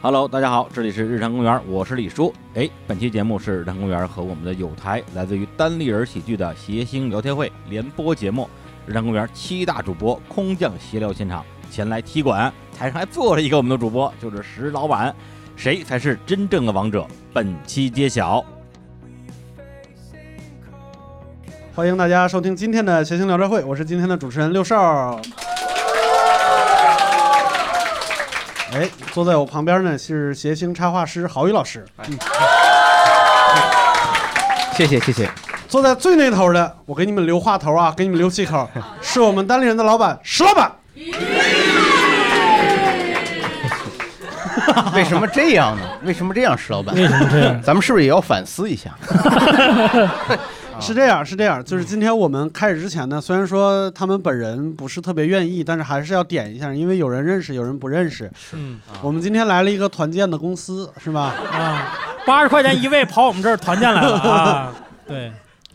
Hello，大家好，这里是日坛公园，我是李叔。哎，本期节目是日坛公园和我们的友台来自于单立人喜剧的谐星聊天会联播节目。日坛公园七大主播空降闲聊现场，前来踢馆，台上还坐了一个我们的主播，就是石老板。谁才是真正的王者？本期揭晓。欢迎大家收听今天的谐星聊斋会，我是今天的主持人六少。哎，坐在我旁边呢是谐星插画师郝宇老师。嗯哎谢谢谢谢，坐在最那头的，我给你们留话头啊，给你们留气口，是我们单立人的老板石老板。啊 为什么这样呢？为什么这样，石老板？为什么这样？ 啊咱们是不是也要反思一下？是这样，是这样，嗯就是今天我们开始之前呢，虽然说他们本人不是特别愿意，但是还是要点一下，因为有人认识，有人不认识。是，嗯啊我们今天来了一个团建的公司，是吧？啊，八十块钱一位跑我们这儿团建来 了啊！对，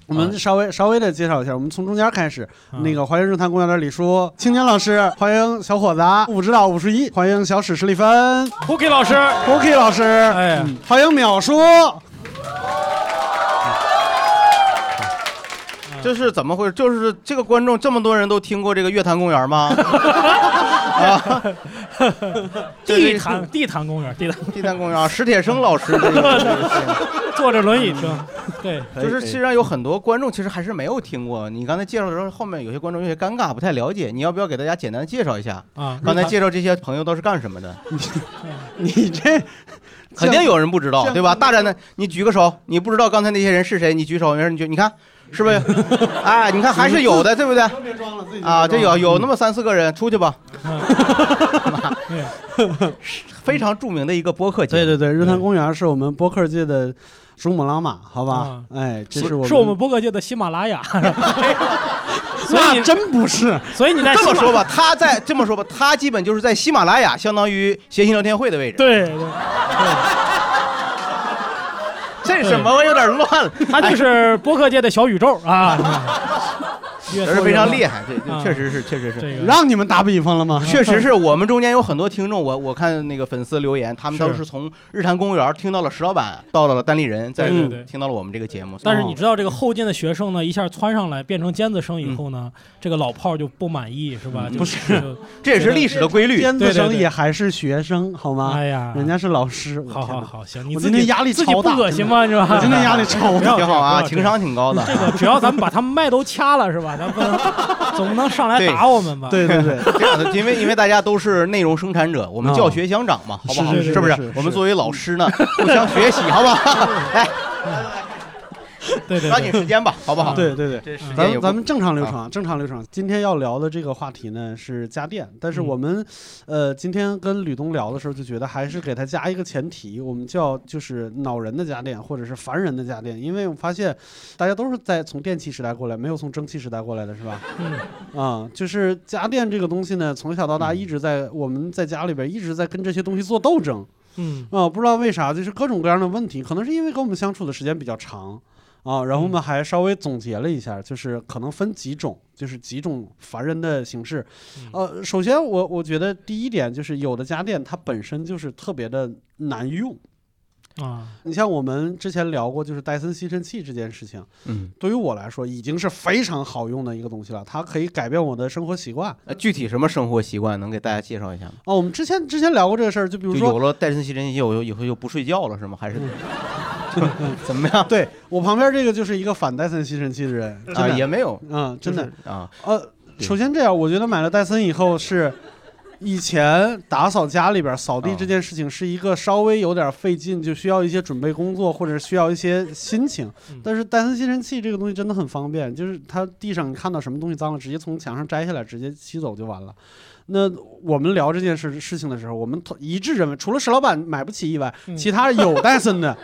我们稍微稍微的介绍一下，我们从中间开始。啊那个欢迎日坛公园的李叔、青年老师，欢迎小伙子武指导武术一，欢迎小史史立芬、 h o o k i 老师， Cookie 老师，哎嗯欢迎淼叔。这是怎么回事？就是这个观众这么多人都听过这个乐坛公园 吗？ 啊，地坛地坛公园，地坛地坛公园， 史铁生老师这 个，坐着轮椅嗯听，对，就是实际上有很多观众其实还是没有听过。你刚才介绍的时候，后面有些观众有些尴尬，不太了解。你要不要给大家简单介绍一下？啊，刚才介绍这些朋友都是干什么 的？ 你这 肯定有人不知这道，样对吧？大胆的，你举个手，你不知道刚才那些人是谁，你举手，没事，你举，你看，是 不是？哎， 你看还是有的，对不对？别装了，自己啊，这嗯有有那么三四个人，出 去吧。对非常著名的一个播客节目，对对对，日坛公园是我们播客界的珠穆朗玛，好吧？哎，这是我啊是我们播客界的喜马拉雅，所以那你真不是，所以你在这么喜马说，吧，他在这么说吧，他基本就是在喜马拉雅，相当于谐星聊天会的位置。对对， 这什么？我有点乱了，哎他 就是播客界的小宇宙啊，这这是非常厉害，这啊这确实是，确实是。这个让你们打比方 了吗？确实是我们中间有很多听众，我我看那个粉丝留言，他们是都是从日坛公园听到了石老板，到了单立人，再对对对听到了我们这个节目。嗯哦但哦是你知道这个后进的学生呢，一下窜上来变成尖子生以后呢，这个老炮儿就不满意是吧？就嗯不是， 这嗯也是历史的规律。尖子对对生对也还是学生，好就吗？哎呀，人家是老师，我好天好哪，好，行，你我自今天己压力自己超不大，恶心吗？是吧？我今天压力超不大。要挺好啊，不要情商挺高的。这个只要咱们把他们麦都掐了是吧？咱不 能总不能上来打我 们吧？对对对，这样的，因为因为大家都是内容生产者，我们啊教学相长嘛，好不好？哦是是不是是我们作为老 师呢，互相学习，好不好？哎，对对抓紧对，时间吧，好不好？对对对。这时间嗯咱也们不咱们正常流程啊，正常流程。今天要聊的这个话题呢是家电，但是嗯我们，嗯呃，今天跟吕东聊的时候就觉得还是给他加一个前提，我们叫就是恼人的家电或者是烦人的家电，因为我发现大家都是在从电气时代过来，没有从蒸汽时代过来的是吧？嗯啊、就是家电这个东西呢，从小到大嗯一直在、我们在家里边一直在跟这些东西做斗争。嗯啊、不知道为啥，就是各种各样的问题，可能是因为跟我们相处的时间比较长啊。然后我们还稍微总结了一下，就是可能分几种，就是几种烦人的形式。呃，首先我我觉得第一点就是有的家电它本身就是特别的难用。啊，你像我们之前聊过，就是戴森吸尘器这件事情，嗯，对于我来说已经是非常好用的一个东西了，它可以改变我的生活习惯。呃具体什么生活习惯能给大家介绍一下吗？啊，我们之前之前聊过这个事儿，就比如就说嗯有了戴森吸尘器，有以后就不睡觉了是吗？还是 怎么样对我旁边这个就是一个反戴森吸尘器的人真啊？的也没有，嗯，真的，就是啊，呃，对首先这样，我觉得买了戴森以后是，以前打扫家里边儿扫地啊这件事情是一个稍微有点费劲，就需要一些准备工作或者需要一些心情嗯。但是戴森吸尘器这个东西真的很方便，就是它地上你看到什么东西脏了，直接从墙上摘下来，直接吸走就完了。那我们聊这件事事情的时候，我们同一致认为，除了石老板买不起以外，嗯其他有戴森的，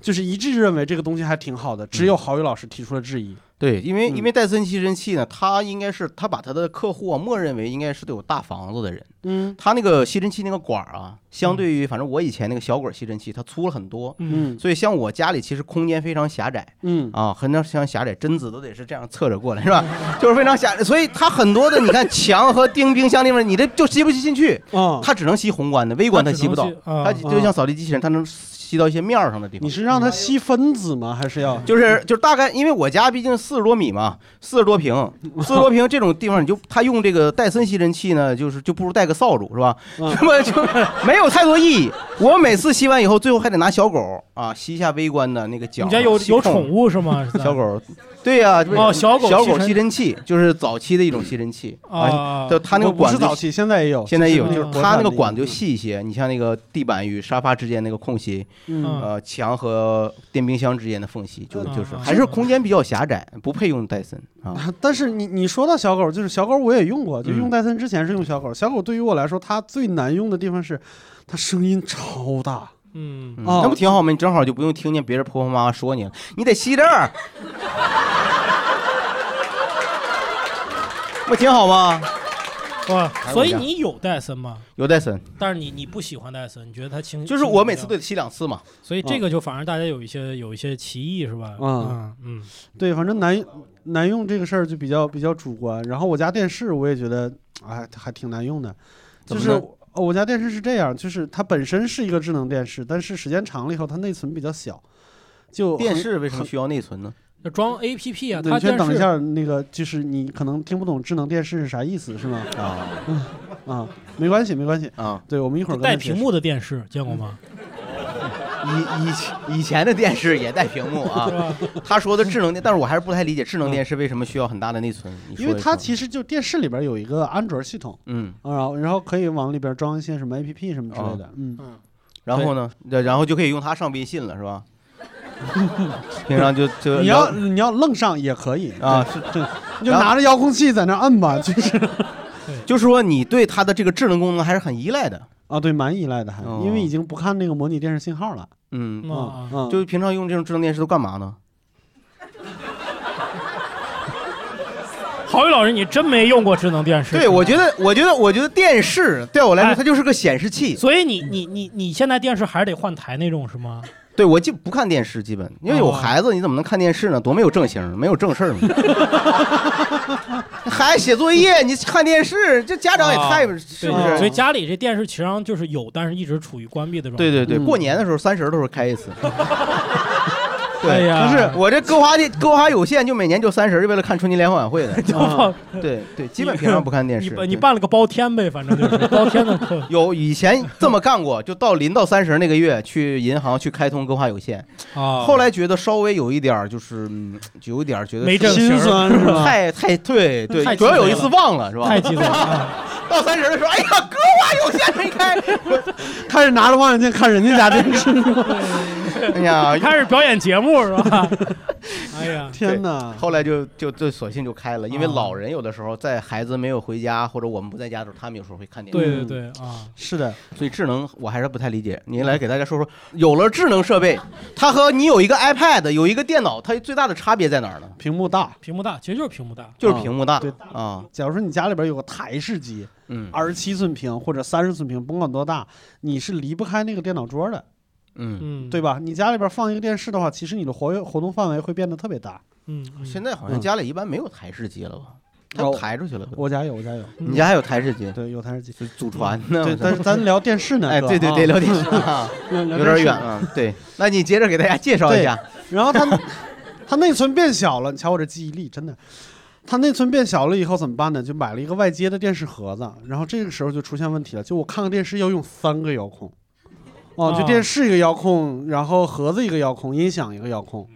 就是一致认为这个东西还挺好的。只有郝宇老师提出了质疑。对，因为嗯因为戴森吸尘器呢，它应该是它把它的客户啊，默认为应该是得有大房子的人。嗯它那个吸尘器那个管儿啊，相对于反正我以前那个小管吸尘器，它粗了很多。嗯，嗯所以像我家里其实空间非常狭窄嗯啊，很常非常狭窄，贞子都得是这样侧着过来是吧？ 就是非常狭窄，所以它很多的你看墙和钉冰箱地方，你这就吸不吸进去，啊，它只能吸宏观的，微观它它只吸不到能吸，啊它就像扫地机器人，它能吸到一些面儿上的地方嗯你。是让它吸分子吗？还是要 就是就是大概，因为我家毕竟四十多米嘛，四十多平，四十多平这种地方，你就他用这个戴森吸尘器呢，就是就不如带个扫帚是吧？ 嗯 那么就没有太多意义。我每次吸完以后，最后还得拿小狗啊吸一下微观的那个角。你家有吸有空宠物是吗？小狗？啊对呀、就是哦小狗小吸狗尘吸尘器就是早期的一种吸尘器啊，啊，就它那个我不管是子早期，现在也有，现在也有，就就是是国它产那的个管子一就种细一些，你像那个地板与沙发之间那个空隙，嗯嗯呃，墙和电冰箱之间的缝隙，就嗯就是嗯还是空间比较狭窄，不配用戴森啊。但是你你说到小狗，就是小狗我也用过，就用嗯戴森之前是用小狗。小狗对于我来说，它最难用的地方是它声音超大。嗯，嗯哦那不挺好吗？你正好就不用听见别人婆婆妈妈说你了，你得吸这儿，不挺好吗？哇，所以还有你有戴森吗？有戴森，但是你你不喜欢戴森，你觉得它轻，就是轻我不每了次都得吸两次嘛。嗯所以这个就反而大家有一些有一些歧义是吧？嗯嗯对，反正难难用这个事儿就比较比较主观。然后我家电视我也觉得，哎，它还挺难用的。怎就么是呢我我家电视是这样，就是它本身是一个智能电视，但是时间长了以后，它内存比较小，就电很。视为什么需要内存呢？那装 A P P 啊，对它你先电等一视下，那个就是你可能听不懂智能电视是啥意思，是吗？啊 啊，没关系，没关系。啊！对，我们一会儿跟带他解屏释幕的电视见过吗？以以以前的电视也带屏幕是啊。吧？他说的智能电，但是我还是不太理解智能电视为什么需要很大的内存。嗯你说因为一它说其实就电视里边有一个安卓系统，嗯，哦啊然后然后可以往里边装一些什么 APP 什么之类的，嗯，然后呢，然然后就可以用它上微信了，是 吧？平常就就你聊要你要愣上也可以啊，，对是你就拿着遥控器在那摁吧，就是 就是说你对它的这个智能功能还是很依赖的。啊，对，蛮依赖的还，哦因为已经不看那个模拟电视信号了，嗯，啊啊，啊，就是平常用这种智能电视都干嘛呢？郝宇老师，你真没用过智能电视？啊对，我觉得，我觉得，我觉得电视对我来说哎它就是个显示器。所以你你你你现在电视还是得换台那种是吗？对我就不看电视，基本因为有哦孩子，你怎么能看电视呢？多没有正形，没有正事儿 嘛。孩子写作业，你看电视，这家长也啊太是不对所以是？家里这电视其实上就是有，但是一直处于关闭的状态。对对对，嗯过年的时候三十儿的时候开一 次。哎对，呀，不是我这歌华的歌华有限，就每年就三十，就为了看春节联欢晚 会的。哦啊 对对，基本平常不看电你视。办你对办了个包天呗，反正就是包天的课有以前这么干过，就到临到三十那个月去银行去开通歌华有限，啊。后来觉得稍微有一点儿就是嗯就有一点儿觉得没是正形心儿酸是吧？太太对对太，鸡主要有一贼了次忘了是吧？太激动了，到三十的时候，哎呀，歌华有限没开，开始拿着望远镜看人家 家电视，哎呀， 开始表演节目是 吧？哎呀，天哪！后来就就就索性就开了，因为啊老人有的时候在孩子没有回家或者我们不在家的时候，他们有时候会看电对视。对对啊，是的，所以智能我还是不太理解。您来给大家说说，有了智能设备，它和你有一个 iPad，有一个电脑，它最大的差别在哪儿呢？屏幕大。屏幕大，其实就是屏幕大，就是屏幕大对啊，假如说你家里边有个台式机，嗯二十七寸屏或者三十寸屏，甭管多大，你是离不开那个电脑桌的。嗯。嗯，对，吧？你家里边放一个电视的话，其实你的活跃活动范围会变得特别大。嗯，嗯现在好像家里一般没有台式机了吧？它哦抬出去了都。我家有，我家有，你家还有台式机？对，有台式机。就祖传呢？嗯对，但是咱聊电视呢，哎，哥对对啊对，聊电视 啊，聊聊有点电视远啊。对，那你接着给大家介绍一下。然后它它内存变小了，你瞧我这记忆力真的。它内存变小了以后怎么办呢？就买了一个外接的电视盒子，然后这个时候就出现问题了，就我看个电视要用三个遥控，哦，就啊电视一个遥控，然后盒子一个遥控，音响一个遥控，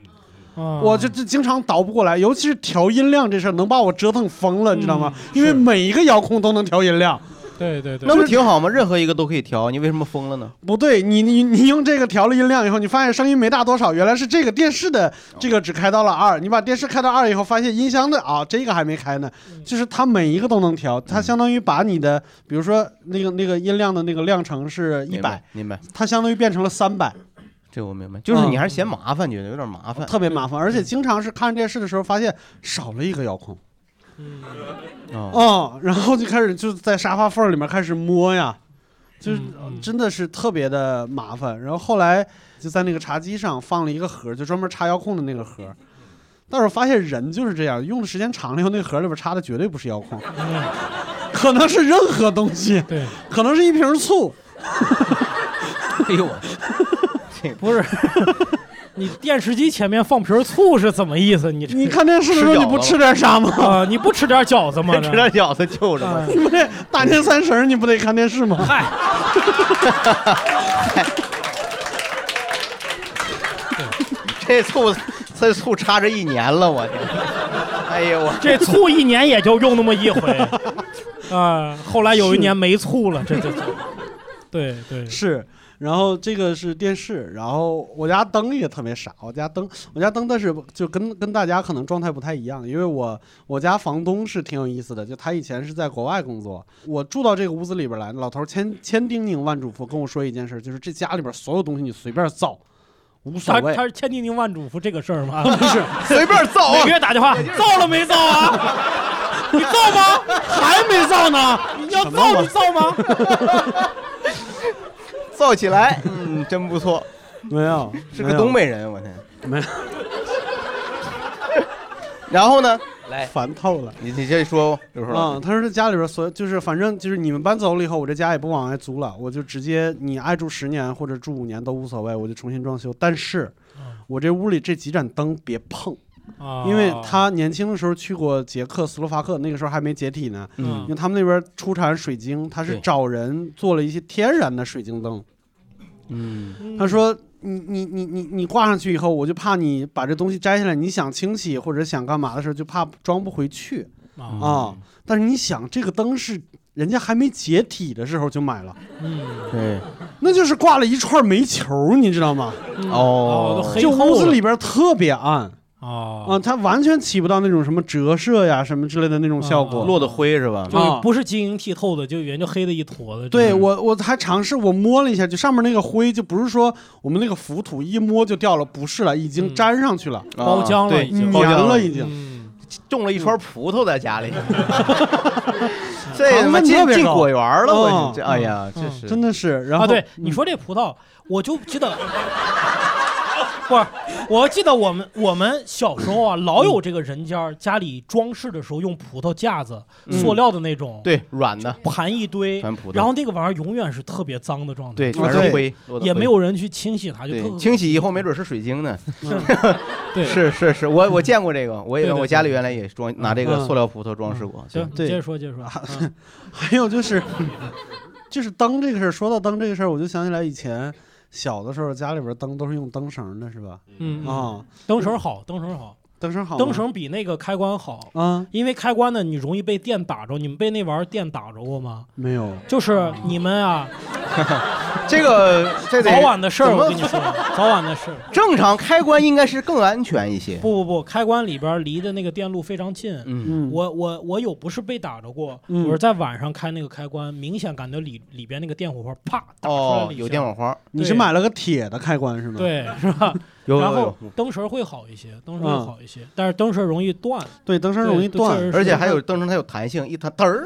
啊我这这经常倒不过来，尤其是调音量这事儿能把我折腾疯了，你知道嗯吗？因为每一个遥控都能调音量， 对对对，那不挺好吗？任何一个都可以调，你为什么疯了呢？不对，你你你用这个调了音量以后，你发现声音没大多少，原来是这个电视的哦这个只开到了二，你把电视开到二嗯以后，发现音箱的啊这个还没开呢，就是它每一个都能调，它相当于把你的比如说那个那个音量的那个量程是一明百，白，明白。它相当于变成了三百，啊这我明白，嗯就是你还是嫌麻烦，觉得有点麻烦嗯特别麻烦，而且经常是看电视的时候发现少了一个遥控，嗯，啊。哦，然后就开始就在沙发缝儿里面开始摸呀，就是呃嗯嗯真的是特别的麻烦。然后后来就在那个茶几上放了一个盒儿，就专门插遥控的那个盒儿。但是我发现人就是这样，用的时间长了以后，那个盒儿里边插的绝对不是遥控， 嗯可能是任何东西，对，可能是一瓶醋。 哎呦我，这不是。 你电视机前面放瓶醋是怎么意思？你这你看电视的时候吃你饺不子吃点啥吗？啊、你不吃点饺子吗？ 吃点饺子就着啊吧。你不得 大年三十儿你不得看电视吗？嗨，这醋这醋插着一年了，我天！哎呦我，这醋一年 也就用那么一回 啊。后来有一年没醋了，这这这，对对，是，然后这个是电视，然后我家灯也特别傻，我家灯，我家灯，但是就跟跟大家可能状态不太一样，因为我我家房东是挺有意思的，就他以前是在国外工作，我住到这个屋子里边来，老头儿千千叮咛万嘱咐跟我说一件事，就是这家里边所有东西你随便造，无所他谓他，是千叮咛万嘱咐这个事儿吗？不 是随便造每啊个！月打电话，造了没造啊？你造吗？还没造呢？你哦啊要造你造吗？ 造起来，嗯，真不错，没有，是没个有东，北人，我天。没有然后呢？来，烦透了。你你先说，刘叔老嗯，师。他说这家里边所就是反正就是你们搬走了以后，我这家也不往外租了，我就直接你爱住十年或者住五年都无所谓，我就重新装修。但是嗯，我这屋里这几盏灯别碰，啊 因为他年轻的时候去过捷克斯洛伐克，那个时候还没解体呢，嗯因为他们那边出产水晶，他是对找人做了一些天然的水晶灯。嗯，他说。你你你你你挂上去以后，我就怕你把这东西摘下来，你想清洗或者想干嘛的时候，就怕装不回去。啊，啊、但是你想，这个灯是人家还没解体的时候就买了，嗯，对，那就是挂了一串煤球，你知道吗？哦，都哦，黑就透屋子了里边特别暗啊、啊，它完全起不到那种什么折射呀、什么之类的那种效果。啊啊落的灰是吧？就不是晶莹剔透的，就人就黑的一坨的。对真的，我，我还尝试我摸了一下，就上面那个灰，就不是说我们那个浮土一摸就掉了，不是了，已经嗯粘上去了，啊包浆了对已经粘包浆了已经。嗯，种了一圈葡萄在家里，这糖他妈分进特别进高果园了，我嗯去这哎呀，嗯这是嗯真的是，然后、啊，对，你说这葡萄，我就记得，不是，我记得我们我们小时候啊，老有这个人家儿家里装饰的时候用葡萄架子，嗯塑料的那种，，对软的，盘一堆，全葡萄然后那个玩意儿永远是特别脏的状态，对，全对是灰，落的也灰没有人去清洗它，就特对，清洗以后没准是水晶呢。嗯 对。是是是，我我见过这个，我对也对我家里原来也装拿这个嗯塑料葡萄装饰过。行，对接啊着说，接着说。嗯 还有就是，就是灯这个事儿，说到灯这个事儿，我就想起来以前小的时候，家里边灯都是用灯绳的，是吧？嗯，嗯啊，灯绳好，灯绳好，灯绳好吗，灯绳比那个开关好，啊，因为开关呢你容易被电打着。你们被那玩意儿电打着过吗？没有，就是你们啊， 这个这得早晚的事儿，怎么我跟你说，早晚的事儿。正常开关应该是更安全一些。不不不，开关里边离的那个电路非常近。嗯，嗯，我我我有不是被打着过，嗯我是在晚上开那个开关，明显感觉里里边那个电火花啪打出来哦了，一下有电火花，你是对买了个铁的开关是吗？ 对是吧？有然有后有，灯绳会好一些，灯绳嗯会好一些，但是灯绳容易断，对，灯绳容易对对确断实。是嗯而且还有灯绳，它有弹性，一弹嘚儿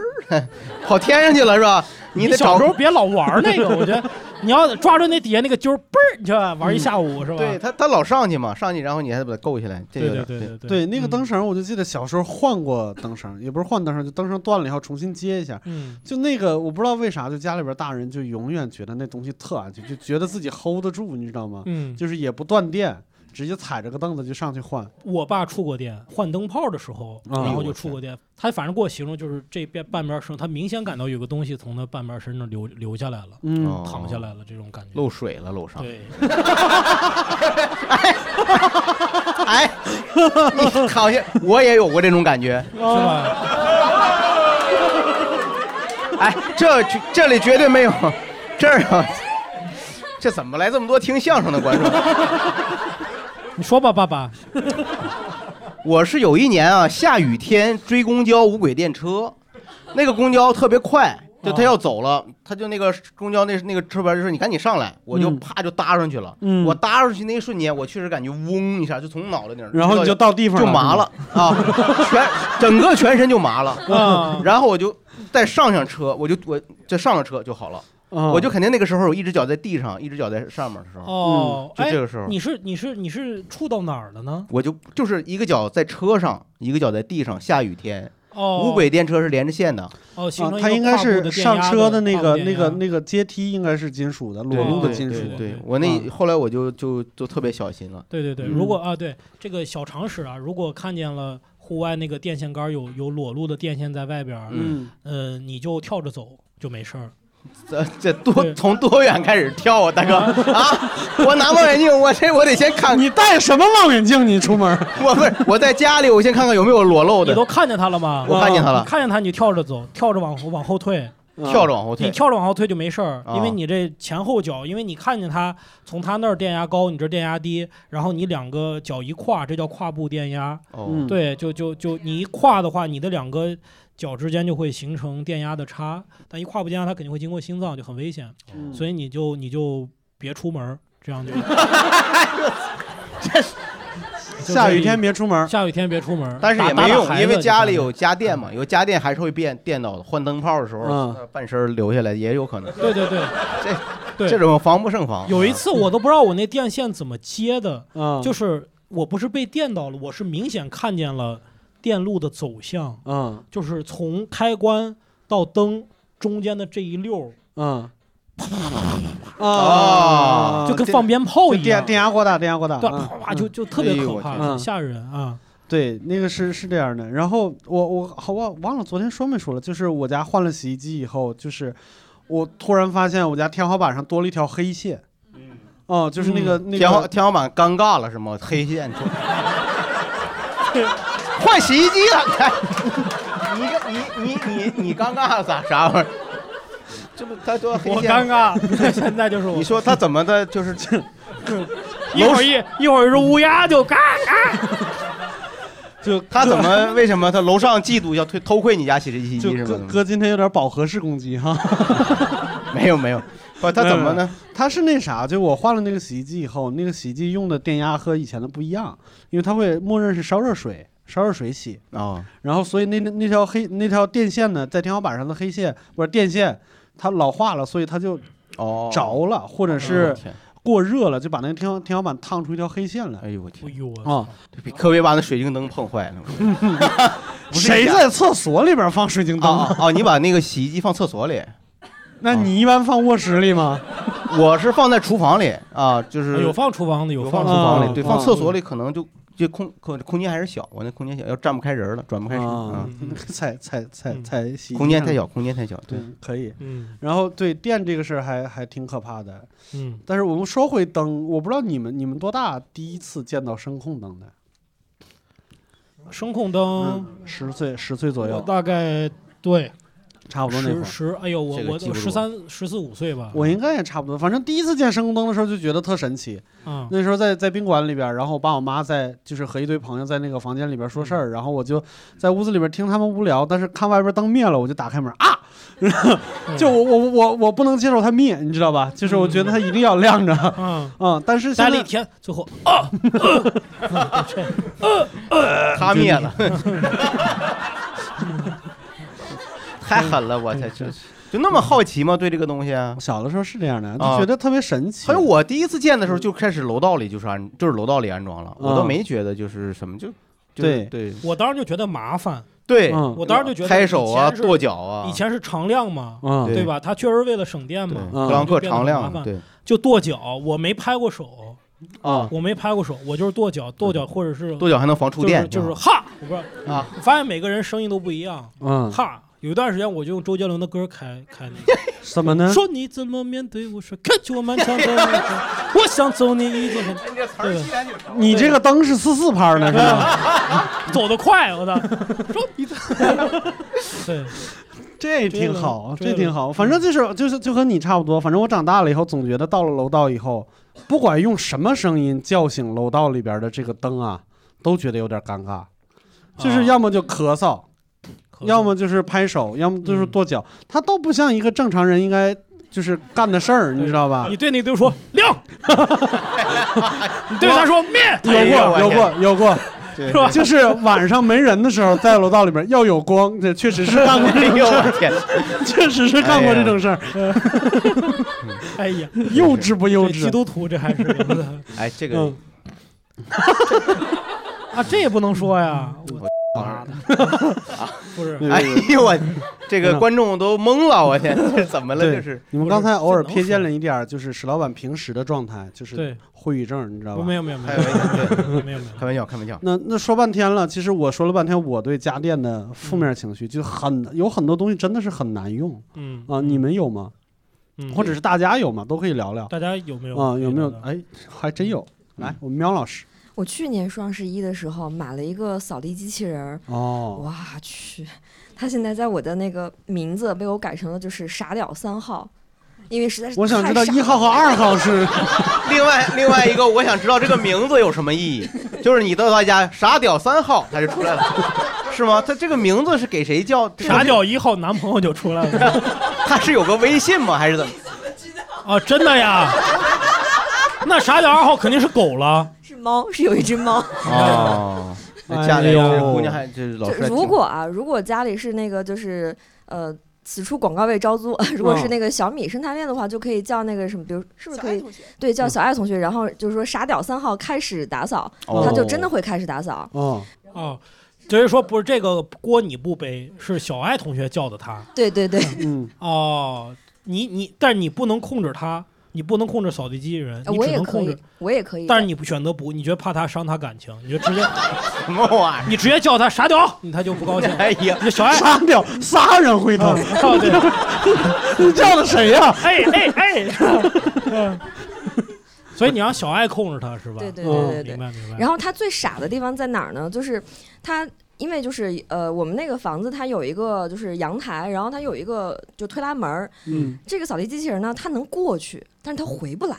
跑天上去了是吧？你得小找时候别老玩那个，我觉得你要抓住那底下那个揪儿，嘣儿，你就玩一下午是吧？嗯对它它老上去嘛，上去然后你还得把它够起来，这对有对点对对对嗯对，那个灯，绳，我就记得小时候换过灯绳，也不是换灯绳，就灯绳断了以后重新接一下。嗯就那个，我不知道为啥，就家里边大人就永远觉得那东西特安全，就觉得自己 hold 得住，你知道吗？嗯，就是也不断电，直接踩着个凳子就上去换。我爸触过电，换灯泡的时候，哎啊然后就触过电。他反正给我形容就是这边半边身，他明显感到有个东西从他半边身上流流下来了，嗯，哦淌下来了这种感觉。漏水了楼 上。 对，哎，你好像我也有过这种感觉。是吧？哎，这绝这里绝对没有，这儿啊，这怎么来这么多听相声的观众？哦你说吧，爸爸。 我是有一年啊，下雨天追公交无轨电车，那个公交特别快，就他要走了，他就那个公交那那个车牌就说你赶紧上来，我就嗯啪就搭上去了。嗯我搭上去那一瞬间，我确实感觉嗡一下就从脑袋顶儿，然后你就到地方就麻了，啊，全整个全身就麻了。啊，然后我就再上上车，我就我就上了车就好了。我我就肯定那个时候我一只脚在地上，一只脚在上面的时候，哦，嗯就哎这，个时候你是你是你是触到哪儿了呢？我就就是一个脚在车上，一个脚在地上。下雨天，哦，无轨电车是连着线的，哦，形啊成一，个它应该跨步是的电上压车的那跨个步那电个压那个阶梯应该是金属的，裸露的金属对对对对对，我那啊后来我就就就特别小心了。嗯对对对，嗯如果啊，对这个小常识啊，如果看见了户外那个电线杆儿有有裸露的电线在外边儿，嗯，呃，你就跳着走就没事儿。这这嗯多对从多远开始跳啊，大哥啊！我拿望远镜，我这我得先看，你戴什么望远镜？你出门？ 我不是我在家里，我先看看有没有裸露你的都。看见他了吗？我看见他啊你了，嗯看见他，你跳着走，跳着往后往后退，跳着往后退你。跳着往后退就没事儿，因啊为你这前后脚，因为你看见他从他那儿电压高，你这电压低，然后你两个脚一跨，这叫跨步电压。哦嗯，对，就就就你一跨的话，你的两个脚之间就会形成电压的差，但一跨步电压它肯定会经过心脏，就很危险，嗯所以你就你就别出门儿，这 样就 就下可雨以天别出门。下雨天别出门儿，但是也打没打打用，孩因为子家就嗯里是有家电嘛，有家电还是会变电到的。换灯泡的时候，嗯呃半身儿留下来也有可能。对对对，这对这种防不胜防。嗯有一次我都不知道我那电线怎么接的，嗯，就是我不是被电到了，我是明显看见了电路的走向，嗯就是从开关到灯中间的这一溜嗯啊儿，啊就跟这放鞭炮就一电样，电压过大，电压过大。对，嗯啪啪嗯就就特别哎呦可我怕，天嗯很吓人啊！对，那个是是这样的。然后我我好我忘了昨天说没说了，就是我家换了洗衣机以后，就是我突然发现我家天花板上多了一条黑线。哦，就是那嗯个、那嗯天花个天花板尴尬了是吗？黑线出，换洗衣机了，你你你你你你尴尬了咋啥玩意儿？ 这不他说黑我尴线，尬，现在就是我你，说他怎么的？就是这一会儿一一会儿是乌鸦就嘎嘎，就他怎 么为什么他楼上嫉妒要偷偷窥你家洗衣就机是哥吗？哥今天有点饱和式攻击哈。 没有没有，不他怎么呢？它是那啥，就我换了那个洗衣机以后，那个洗衣机用的电压和以前的不一样，因为它会默认是烧热水，烧热水洗，啊然后所以那那那条黑那条电线呢，在天花板上的黑线不是电线，它老化了，所以它就哦，着了，或者我是天过热了，就把那个天花天花板烫出一条黑线来。哎呦我哎天，呦我啊操，比科威把那水晶灯碰坏了。不是谁假在厕所里边放水晶灯？啊哦哦哦，你把那个洗衣机放厕所里， 那你一般放卧室里吗？ 我是放在厨房里啊，就是有放厨房的，有放厨厨的房里，啊对，啊放厕所里可能就就空空空间还是小，我那空间小，要站不开人了，转不开身，啊嗯，嗯， 踩踩踩嗯踩洗衣空间机太上，小，空间太小，对对，，可以。嗯然后对电这个事儿还还挺可怕的，嗯，但是我们说回灯，我不知道你们你们多大第一次见到声控灯的？声控灯，嗯，十岁十岁左我右，大概对嗯差不多那会十儿。十，哎呦我这个我记不住十三十四五岁吧，我应该也差不多，反正第一次见声控灯的时候就觉得特神奇。啊那时候在在宾馆里边，然后我爸我妈在就是和一堆朋友在那个房间里边说事嗯儿，然后我就在屋子里边听他们无聊，但是看外边灯灭了，我就打开门啊，嗯 就我我我我不能接受它灭，你知道吧？就是我觉得它一定要亮着，嗯。 嗯，但是待现了一在天，最后啊呃 他灭了，太狠了，我才这就那么好奇吗？对这个东西啊，小的时候是这样的，就啊觉得特别神奇。还有我第一次见的时候就开始楼道里就是安，就是楼道里安装了，我啊倒没觉得就是什么就。就对对我当时就觉得麻烦，对，嗯我当时就觉得拍手啊，以前是跺脚啊，以前是常亮嘛，嗯，对对吧？他确实为了省电对嘛，格朗克常就变得很麻亮，烦对就跺脚，我没拍过手，啊，我没拍过手，我就是跺脚，跺脚或者是跺脚还能防触电，就是就是是吧哈，我不知道啊，我发现每个人声音都不一样，嗯，哈。有一段时间我就用周杰伦的歌开开那个，什么呢？说你怎么面对我说看起我漫长的路程，我想走你一 走，对吧你这个灯是四四拍儿呢，是吧？ 走得快， 我操，说你怎么，对，这挺好，追了这挺好。反嗯正就是就是就和你差不多。反正我长大了以后，总觉得到了楼道以后，不管用什么声音叫醒楼道里边的这个灯啊，都觉得有点尴尬，就是要么就咳嗽，啊咳嗽嗯要么就是拍手，要么就是跺脚，他都不像一个正常人应该就是干的事儿，你知道吧你？对那个队嗯友说亮， 你对他说灭，有哎呦过，我有天过，有过，对是吧就是晚上没人的时候，在楼道里边要有光，这确实是干过，哎呦我天，哎确实是干过这种事儿， 哎呀，幼稚不幼这基稚？督徒这还是 哎这个嗯，啊，这也不能说呀，我啊 不是对哎呦我，这真个的观众都懵了，我天，这怎么了？对这是你们刚才偶尔瞥见了一点儿，就是史老板平时的状态，就是对，会语症，你知道我吧？没有没有没开有玩笑，对没有没有，开玩笑，开玩笑，那那说半天了，其实我说了半天，我对家电的负面情绪就很有很多东西真的是很难用嗯啊、你们有吗？嗯或者是大家有吗？都可以聊聊啊、大家有没有有没有别的？嗯哎，还真有。来，我们喵老师我去年双十一的时候买了一个扫地机器人儿，嗯哦，哇去，它现在在我的那个名字被我改成了就是傻屌三号，因为实在是我想太知道傻一号了和二号是 另外另外一个，我想知道这个名字有什么意义？就是你到他家傻屌三号，他就出来了，是吗？他这个名字是给谁叫？傻屌一号男朋友就出来了 他是有个微信吗？还是怎么？啊！真的呀，那傻屌二号肯定是狗了。是猫，是有一只猫。 哦，哎家里呦这姑娘还这老就师还挺，如果啊，如果家里是那个就是呃。此处广告位招租。 如果是那个小米生态链的话，就可以叫那个什么，比如是不是可以对叫小爱同学，然后就是说傻屌三号开始打扫，哦他就真的会开始打扫。哦，啊，就是说不是这个锅你不背，是小爱同学叫的他对对对，嗯，哦。你你，但是你不能控制他，你不能控制扫地机器人，呃你我只也能可控制以。，我也可以。但是你不选择不，你觉得怕他伤他感情，你就直 接什么玩意你直接叫他傻屌，你他就不高兴 儿？。哎呀，你就小爱，杀掉仨人会啊疼，对， 你叫的谁呀？哎哎哎是吧，嗯所以你让小爱控制他是吧？哦对对对对对明白明白。然后他最傻的地方在哪儿呢？就是他，因为就是呃，我们那个房子它有一个就是阳台，然后它有一个就推拉门儿。嗯，这个扫地机器人呢，它能过去，但是它回不来。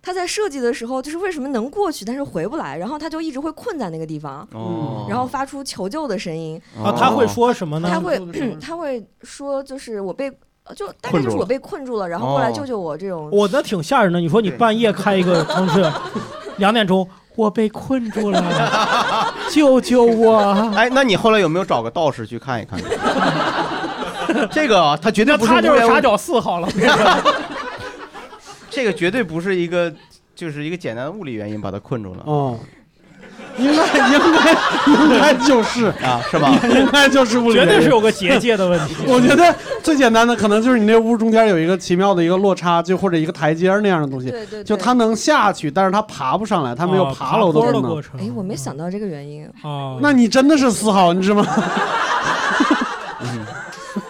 它在设计的时候，就是为什么能过去，但是回不来，然后它就一直会困在那个地方，哦然后发出求救的声音。啊，他会说什么呢？它会求救的声音， 它会说，就是我被，呃就大概困住就是我了被困住了，然后过来哦救救我这种。我那挺吓人的。你说你半夜开一个城 市，两点钟，我被困住了，救救啊我！哎，那你后来有没有找个道士去看一看？ 这个啊，他绝对那不是他就无是缘无傻屌四 号了。这个绝对不是一个，就是一个简单的物理原因把他困住了哦，应该应该 应该就是啊，是吧？应该就是物理绝原因，对是有个结界的问题。 我觉得最简单的可能就是你那屋中间有一个奇妙的一个落差，就或者一个台阶儿那样的东西，对对，就对它。能下去，但是它爬不上来，它没有啊爬楼的坡功过能。程。嗯哎，我没想到这个原因。啊，那你真的是四号，你知道吗？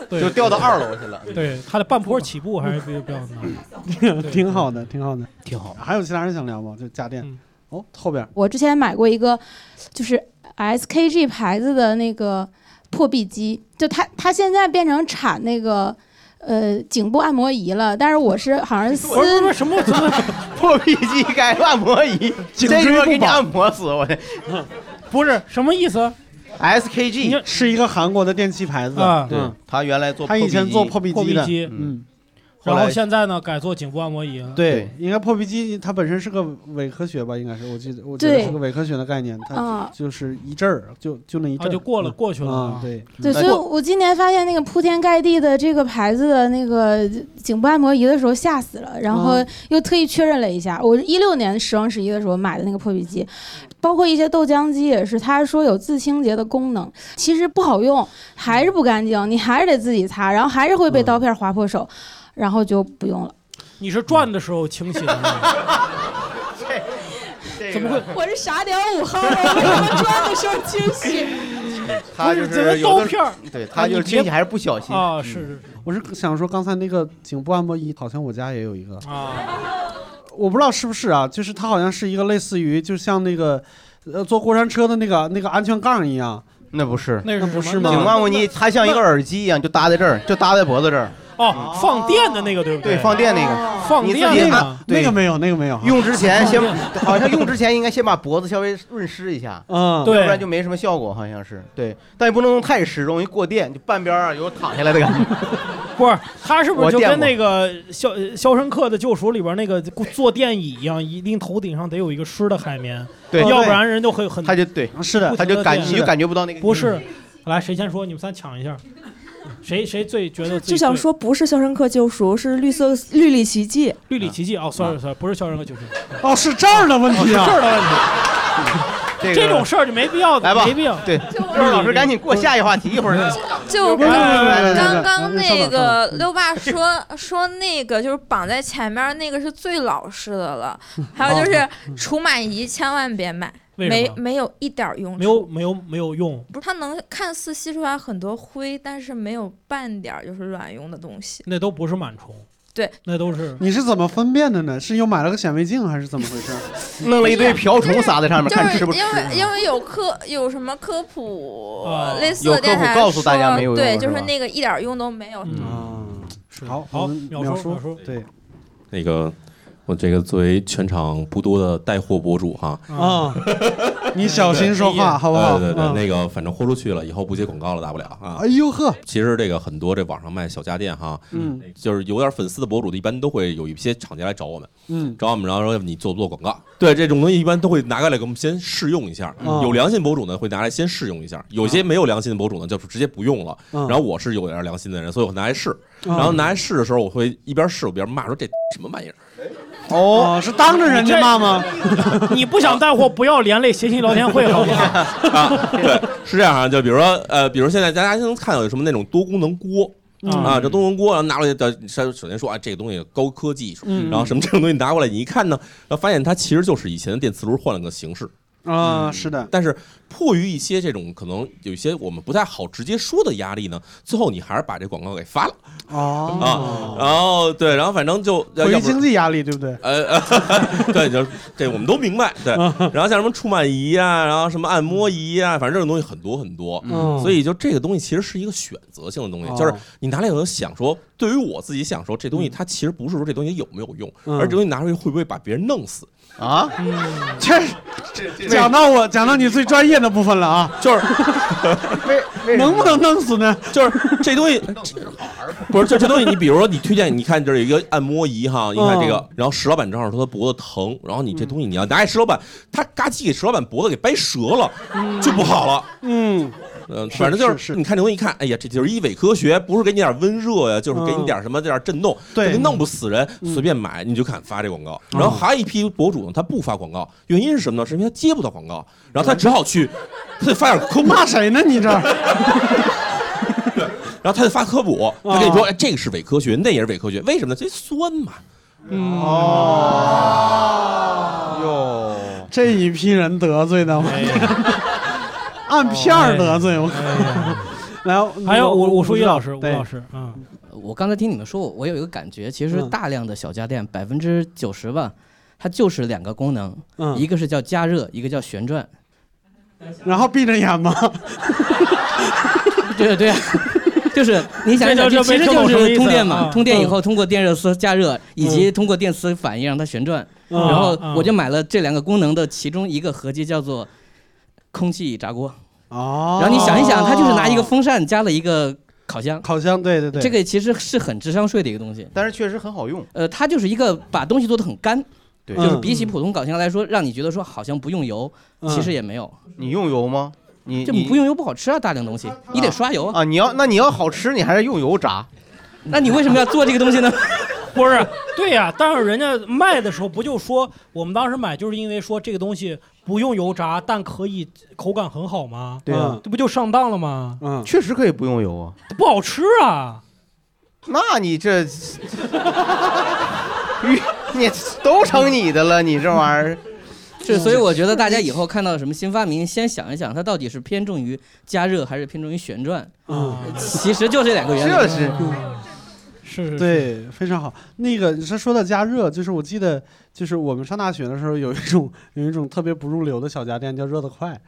对就掉到二楼去了。对他的半坡起步还是比 比较难。对挺好的，挺好的。挺好。还有其他人想聊吗？就家电嗯。哦，后边我之前买过一个，就是 SKG 牌子的那个破壁机，就它它现在变成产那个呃颈部按摩仪了，但是我是好像是不是不私是什么什么破壁机改按摩仪，颈这椎个不给你保按摩死我的。不是什么意思？你 SKG，就是一个韩国的电器牌子啊对嗯，他原来做他以前做破壁壁破机壁的，机，嗯，嗯，然后后来现在呢改做颈部按摩仪了。对，应该破壁机它本身是个伪科学吧？应该是，我记得我觉得对是个伪科学的概念，它啊。就是一阵儿就就那一阵啊，儿就过了，过去了嗯啊。对，对，那所以我今年发现那个铺天盖地的这个牌子的那个颈部按摩仪的时候，吓死了。然后啊又特意确认了一下，我一六年双十一的时候买的那个破壁机，包括一些豆浆机也是，它说有自清洁的功能，其实不好用，还是不干净，你还是得自己擦，然后还是会被嗯刀片划破手，然后就不用了。你是转的时候清醒的吗，这个怎么会？我是傻屌五号，啊我为什么转的时候清醒？他就不这是是有刀的时片儿哎候，对他就是你别清洗还是不小心嗯啊，是我是想说，刚才那个颈部按摩仪，好像我家也有一个，是啊，我不知道是不是啊，就是它好像是一个类似于，就像那个，呃，坐过山车的那个那个安全杠一样。那不是。那那是不是什么吗颈景按摩仪，它像一个耳机一样，就搭在这儿，就搭在脖子这儿。哦，放电的那个对不对，放电那个，哦放你自电己的按呢，那对个没有，那个没嗯有啊。用之前先，好像用之前应该先把脖子稍微润湿一下，嗯，对要不然就没什么效果，好像是对，但也不能用太湿，容易过电，就半边儿啊有躺下来的感觉。不是，他是不是我就见跟过那个《肖呃肖申克的救赎》里边那个坐电椅一样，一定头顶上得有一个湿的海绵，对，要不然人就会很他就对，是的不，他就感是的你就感觉不到那个不是。来，谁先说？你们仨抢一下，谁谁最觉得自己就想最说不是《肖申克救赎》，是《绿色绿里奇迹》。绿里奇迹哦，sorry sorry，不是《肖申克救赎》，啊哦，是这儿的问题这啊。儿的问题，这个这种事儿就没必要，来吧没必要。对，就是老师赶紧过下一话题，一会儿就不是刚不是不是稍刚刚那等个稍等六爸说说那个就是绑在前面那个是最老式的了，还有就是除螨仪千万别买，为什没么？没有一点儿用没处。有没有没有用，不是它能看似吸出来很多灰，但是没有半点儿就是卵用的东西。那都不是螨虫，对，那都是你是怎么分辨的呢？是又买了个显微镜还是怎么回事？弄了一堆瓢虫撒在上面，就看是吃不吃因。为因为有科有什么科普哦类似有的科电普台告诉大家说没有对，用就是是吧那个一点儿用都没有。啊，是好，好我们秒秒叔秒叔对那个，我这个作为全场不多的带货博主哈，啊，你小心说话好不 好？对对对，嗯那个反正豁出去了，以后不接广告了，大不了啊哎。呦呵，其实这个很多这网上卖小家电哈，嗯就是有点粉丝的博主，一般都会有一些厂家来找我们，嗯，找我们，然后说你做不做广告？对，这种东西一般都会拿过来给我们先试用一下。嗯哦有良心博主呢，会拿来先试用一下；有些没有良心的博主呢，就是直接不用了。然然后我是有点良心的人，所以我拿来试。然然后拿来试的时候，我会一边试我一边骂说这什么玩意儿。哦，是当着人家骂吗？啊 你不想带货，不要连累谐星聊天会，好不好？啊，对，是这样啊，就比如说呃，比如现在大家能看到有什么那种多功能锅。嗯啊，这多功能锅，然后拿过来，的，首首先说啊，这个东西高科技，嗯然后什么这种东西拿过来，你一看呢，然后发现它其实就是以前的电磁炉换了个形式，啊，是的，但是迫于一些这种可能有一些我们不太好直接说的压力呢，最后你还是把这广告给发了，哦，然后对，然后反正就啊要啊回要于不是经济压力，对不对？呃， 呃对，就是这我们都明白，对，嗯然后像什么触螨仪啊，然后什么按摩仪啊，反正这种东西很多很多，嗯，哦所以就这个东西其实是一个选择性的东西，就是你拿来有时候想说，对于我自己想说，这东西它其实不是说这东西有没有用，嗯而这东西拿出去会不会把别人弄死，啊，嗯这讲到我讲到你最专业的部分了啊， 就是为为什么能不能弄死呢？就是这东西不是就这东西，你比如说你推荐，你看这儿有一个按摩仪哈，你看这个，然后石老板正好说他脖子疼，然后你这东西你要拿给石老板，他嘎叽给石老板脖子给掰折了，就不好了。嗯，嗯，是反正就是是你看这东西一看，哎呀，这就是一伪科学，不是给你点温热呀，就是给你点什么点震动，对这弄不死人，随便买你就敢发这广告。然后还有一批博主呢，他不发广告，原因是什么呢？是因为他接不到广告，然后他只好去，他得发点科普，骂谁呢？你这儿 然后他就发科普，他跟你说，哎，这个是伪科学，那也是伪科学，为什么呢？这 酸嘛。哟？这一批人得罪的，按片儿得罪哦哎我。 来，还有我我说于知道老师，吴对老师，嗯，我刚才听你们说，我有一个感觉，其实嗯大量的小家电百分之九十吧，它就是两个功能，一嗯，个是叫加热，一个叫旋转。 然后闭着眼吗？ 对对啊，就是你想一想，这就就这没其实听懂就什么意思是通电嗯嘛，通电以后通过电热丝加热，以及通过电磁反应让它旋转。嗯然后我就嗯买了这两个功能的其中一个合集，叫做空气炸锅。哦然后你想一想，它就是拿一个风扇加了一个烤箱，烤箱，对对对，这个其实是很智商税的一个东西。但是确实很好用，呃，它就是一个把东西做的很干，对就是嗯比起普通烤箱来说，让你觉得说好像不用油，其实也没有，你用油 吗？你就你不用油不好吃啊，大量东西你得刷油啊。啊？你要那你要好吃，你还是用油炸。那你为什么要做这个东 西呢？不是，对呀、但是人家卖的时候不就说，我们当时买就是因为说这个东西不用油炸，但可以口感很好吗？对啊，嗯这不就上当了吗？嗯，确实可以不用油啊。嗯不好吃啊！那你这，你你都成你的了，你这玩意儿。是，所以我觉得大家以后看到什么新发明，先想一想它到底是偏重于加热还是偏重于旋转，嗯其实就这两个原这理。是是是是，对，非常好。那个你是说到加热，就是我记得，就是我们上大学的时候有一种有一种特别不入流的小家电叫热得快，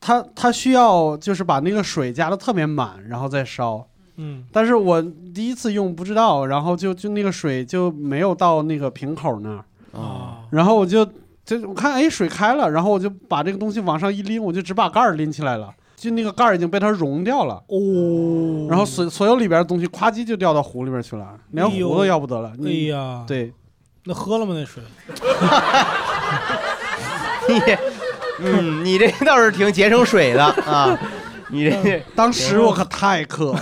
它它需要就是把那个水加的特别满，然后再烧，嗯但是我第一次用不知道，然后就就那个水就没有到那个瓶口那儿，啊，然后我就就我看哎水开了，然后我就把这个东西往上一拎，我就只把盖儿拎起来了，就那个盖儿已经被它融掉了。哦，然后所所有里边的东西咵叽就掉到湖里边去了，连哎呦湖都要不得了。你哎呀对，那喝了吗？那 水？你，嗯，你这倒是挺节省水的啊，你嗯这当时我可太渴了，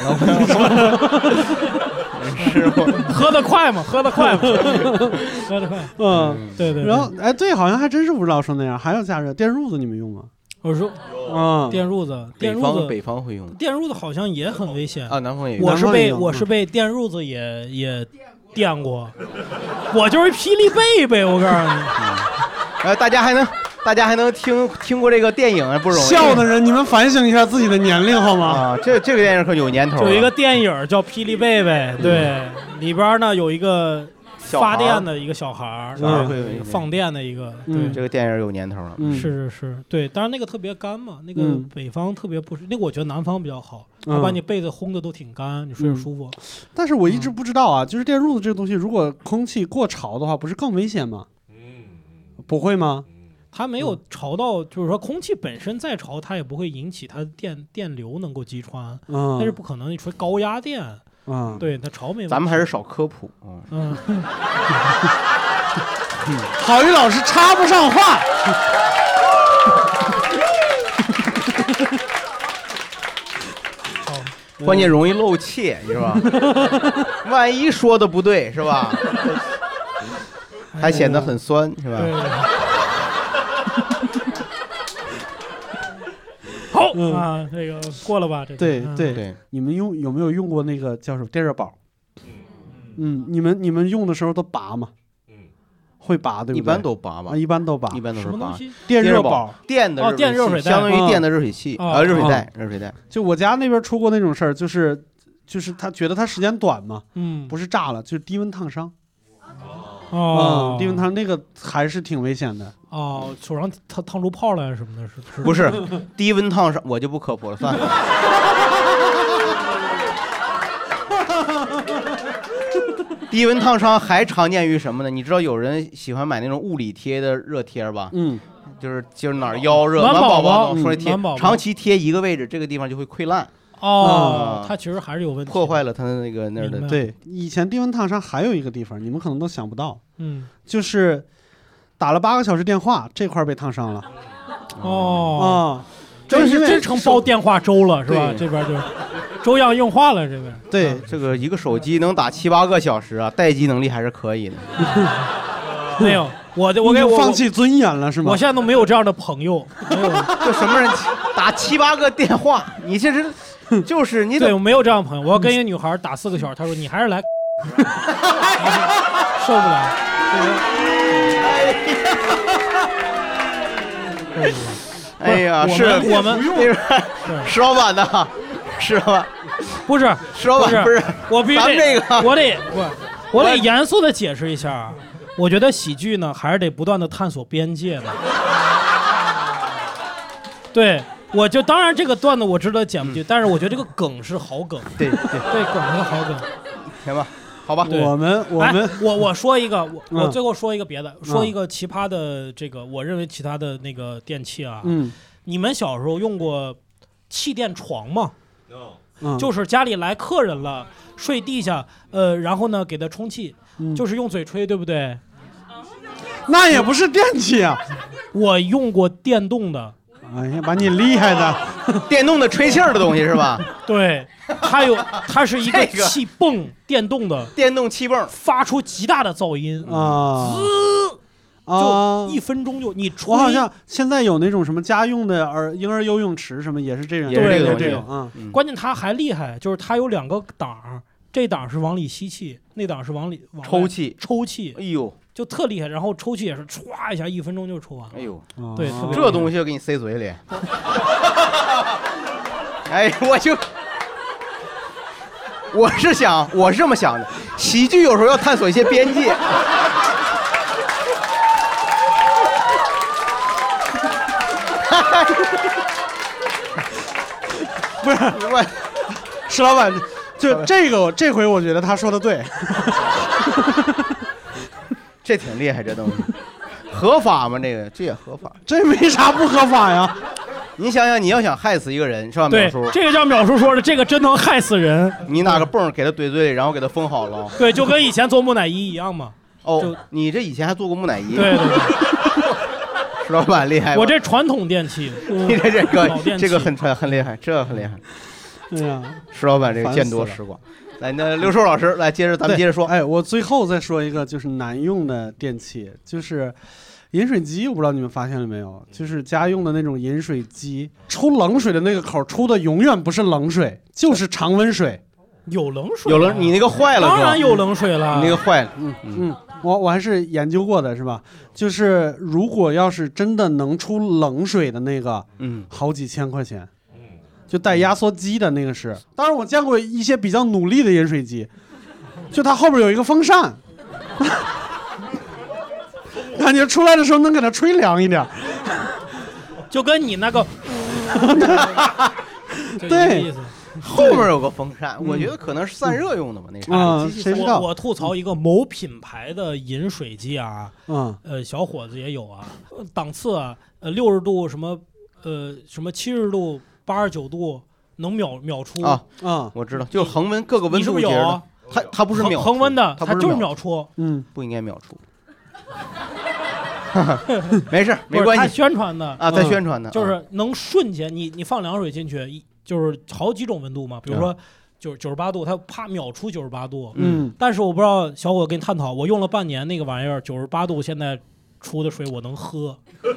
喝得快吗？喝得快 吗？喝得快。嗯，对对对然后哎，对，好像还真是不知道说那样，还有加热电褥子，你们用吗？我说，嗯，电褥子，北电褥方子，北方会用电褥子好像也很危险啊，南方也用。我是南方也被有嗯我是被电褥子也也电过， 我就是霹雳贝贝，我告诉 呃，大家还能大家还能听听过这个电影啊，不容易。笑的人，你们反省一下自己的年龄好吗？啊，这这个电影可有年头你，了。有一个电影叫《霹雳贝贝》，对，里边呢有一个嗯小孩儿发电的一个小孩儿，小孩儿对会有一个放电的一个，嗯这个电影有年头了。嗯，是是是，对，当然那个特别干嘛，那个嗯北方特别不是，那个我觉得南方比较好，它把嗯你被子烘的都挺干，你睡着舒服。但是我一直嗯不知道啊，就是电褥子这个东西，如果空气过潮的话，不是更危险吗？不会吗？它没有潮到，就是说空气本身再潮，它也不会引起它的电电流能够击穿，嗯，但是不可能，你说高压电，嗯，对它潮没问题。咱们还是少科普啊。嗯，郝宇老师插不上话。 关键容易漏气，是吧？ 万一说的不对，是吧？哎还显得很酸，是吧？好嗯啊，这个过了吧？这个对嗯对对，你们用有没有用过那个叫什么电热宝？嗯，你们你们用的时候都拔吗？会拔对不对？一般都拔吧啊，，一般都拔一。般都什是么东拔。西？电热宝宝，，电的哦电热器水袋相当于嗯电的热水器哦啊，热水哦袋，热水袋。就我家那边出过那种事儿，就是就是他觉得他时间短嘛，嗯，不是炸了，就是低温烫伤。哦嗯，，低温烫那个还是挺危险的。哦，手上烫烫出泡来什么的，是不是？是低温烫伤，我就不科普了，算了。低温烫伤还常见于什么呢？你知道有人喜欢买那种物理贴的热贴儿吧？嗯，就是就是哪儿腰热，暖暖宝宝宝宝说嗯贴暖宝，宝长期贴一个位置，这个地方就会溃烂，哦啊，它其实还是有问题，破坏。了它的那个那儿明白的。嗯对，以前低温烫伤还有一个地方，你们可能都想不到， 嗯，就是打了八个小时电话，这块儿被烫伤了哦，啊。这就是因是为真成煲电话粥了，是吧？对这边就是粥样硬化了，这边。嗯对，这个一个手机能打七八个小时啊，待机能力还是可以的。 没有，我的我给你就我放弃尊严了是吗？我现在都没有这样的朋友，没 有，就什么人打七八个电话，你这是就是你对得我没有这样的朋友。我要跟一个女孩打四个小时，她说你还是来， 受不了。哎呀，我 是们我们那边石老板的，石老板，不是，石老板不不是是，我必须咱得们这个我得不，我得严肃的解释一下啊。我觉得喜剧呢，还是得不断的探索边界的。对，我就当然这个段子我知道剪不进去，但是我觉得这个梗是好梗，嗯对对，对，梗是好梗。行吧，好吧，对我们我哎们、我我说一个，我我嗯最后说一个别的，说一个奇葩的这个，我认为其他的那个电器啊，嗯你们小时候用过气垫床吗？嗯就是家里来客人了，睡地下，呃，然后呢给他充气，嗯就是用嘴吹，对不对？那也不是电器啊！我用过电动的，哎呀，把你厉害的， 电动的吹气儿的东西是吧？对，它有，它是一个这个气泵，电动的，电动气泵，发出极大的噪音，啊啊就！一分钟就你吹，我好像现在有那种什么家用的儿婴儿游泳池什么也是这样，也是这个有东西这种啊，嗯 关键它还厉害，就是它有两个档儿，这档是往里吸气，那档是往里往外抽气抽气哎，呦就特厉害。然后抽气也是歘一下，一分钟就抽完了哎。呦，嗯哦对啊特别这东西就给你塞嘴里， 哎，我就。我是想，我是这么想的，喜剧有时候要探索一些边界。不是我石老板，就这个，这回我觉得他说的对。 这挺厉害，这东西合法吗？这个这也合法，这没啥不合法呀。你想想，你要想害死一个人，是吧，淼对叔？，这个像淼叔说的，这个真能害死人。你拿个泵儿给他怼嘴里，然后给他封好了。对，就跟以前做木乃伊一样嘛。哦，你这以前还做过木乃伊？对对 石老板厉害吧。我这传统电 器，你这这老个电器这个很传很厉害，这很厉害。对哎呀，石老板这个见多识广。来，那刘寿老师来接着，咱们接着说。哎，我最后再说一个，就是难用的电器，就是饮水机。我不知道你们发现了没嗯有，就是家用的那种饮水机，抽冷水的那个口抽的永远不是冷水，就是常温水。有冷水啊，有冷你那个坏了是吧当然有冷水了。你那个坏了，嗯嗯，我我还是研究过的，是吧？就是如果要是真的能出冷水的那个，嗯，好几千块钱，就带压缩机的那个是。当然，我见过一些比较努力的饮水机，就它后边有一个风扇， 感觉出来的时候能给它吹凉一点。就跟你 那个，对，后面有个风扇，嗯我觉得可能是散热用的吧，那啥。嗯机器散热我我吐槽一个某品牌的饮水机啊，嗯，呃，小伙子也有啊，呃档次啊，呃，六十度什么，呃，什么七十度、八十九度能秒秒出啊啊，我知道，就是恒温各个温你是度不是节有的啊。它它不是秒恒恒温的它它不就是秒秒出，嗯，不应该秒出。 没事， 不没是关他系。宣传的嗯啊，在宣传的，就啊是能瞬间你你放凉水进去，一就是好几种温度嘛，比如嗯说九九十八度，它啪秒出九十八度。嗯但是我不知道小伙跟你探讨，我用了半年那个玩意儿，九十八度现在出的水我能喝。嗯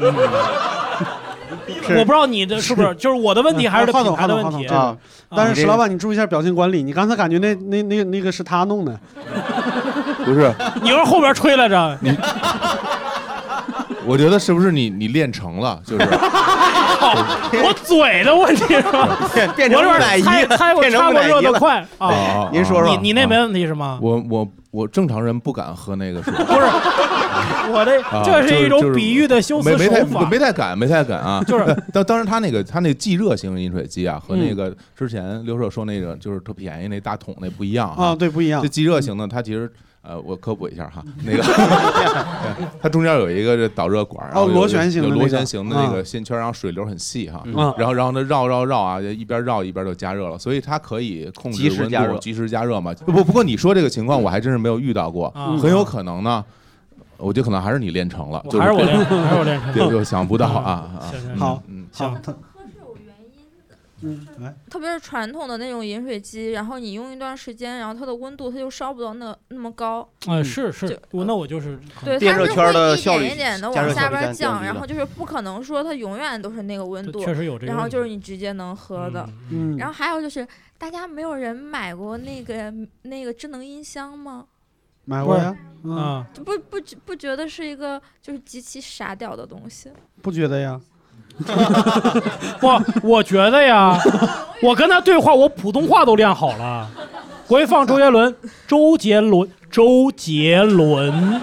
我不知道你的是不是，就是我的嗯问题还是这嗯话品筒牌话的筒问话题筒啊？但是石老板，你注意一下表情管理。你刚才感觉那那那那个是他弄的，不是， 你是后边吹来着，我觉得是不是你你练成了，就是哦我嘴的问题是吧？ 变变成我这木乃边伊猜了猜过变成插木过乃伊热的了哎快啊哦！你您说说你你那没问题是吗？我我我正常人不敢喝那个水，我的啊这是就一种是比喻的修辞没没手太法，没太敢，没太敢啊。就是 当当时他那个他那个即热型饮水机啊，和嗯那个之前刘硕说那个就是特便宜那大桶那不一样啊对不一样这即热型的，它其实呃，我科普一下哈， 那个 对它中间有一个这导热管，然后哦有螺旋形的有那个螺旋形的那个啊线圈，然后水流很细哈啊嗯，然后然后呢绕绕绕啊，一边绕一边就加热了，所以它可以控制及时温加热度，及时加热嘛。不不过你说这个情况我还真是没有遇到过嗯，很有可能呢。我觉得可能还是你练成了，就是还是我练还是我练成对，就想不到啊啊！ 行嗯好，嗯，好，他嗯，哎来，特别是传统的那种饮水机，然后你用一段时间，然后它的温度它就烧不到那那么高。啊，是是，我那我就是对，电它是热圈的会一效率点一点的加热往效下率边降降降，低然了后就是不可能说它永远都是那个温度，确实有这个然后问就是你直接能喝的，嗯然后还有就是，大家没有人买过那个那个智能音箱吗？买过呀，嗯啊，就不不觉不觉得是一个就是极其傻屌的东西？不觉得呀？ 不，我觉得呀，我跟他对话，我普通话都练好了。我一放周杰伦，周杰伦，周杰伦，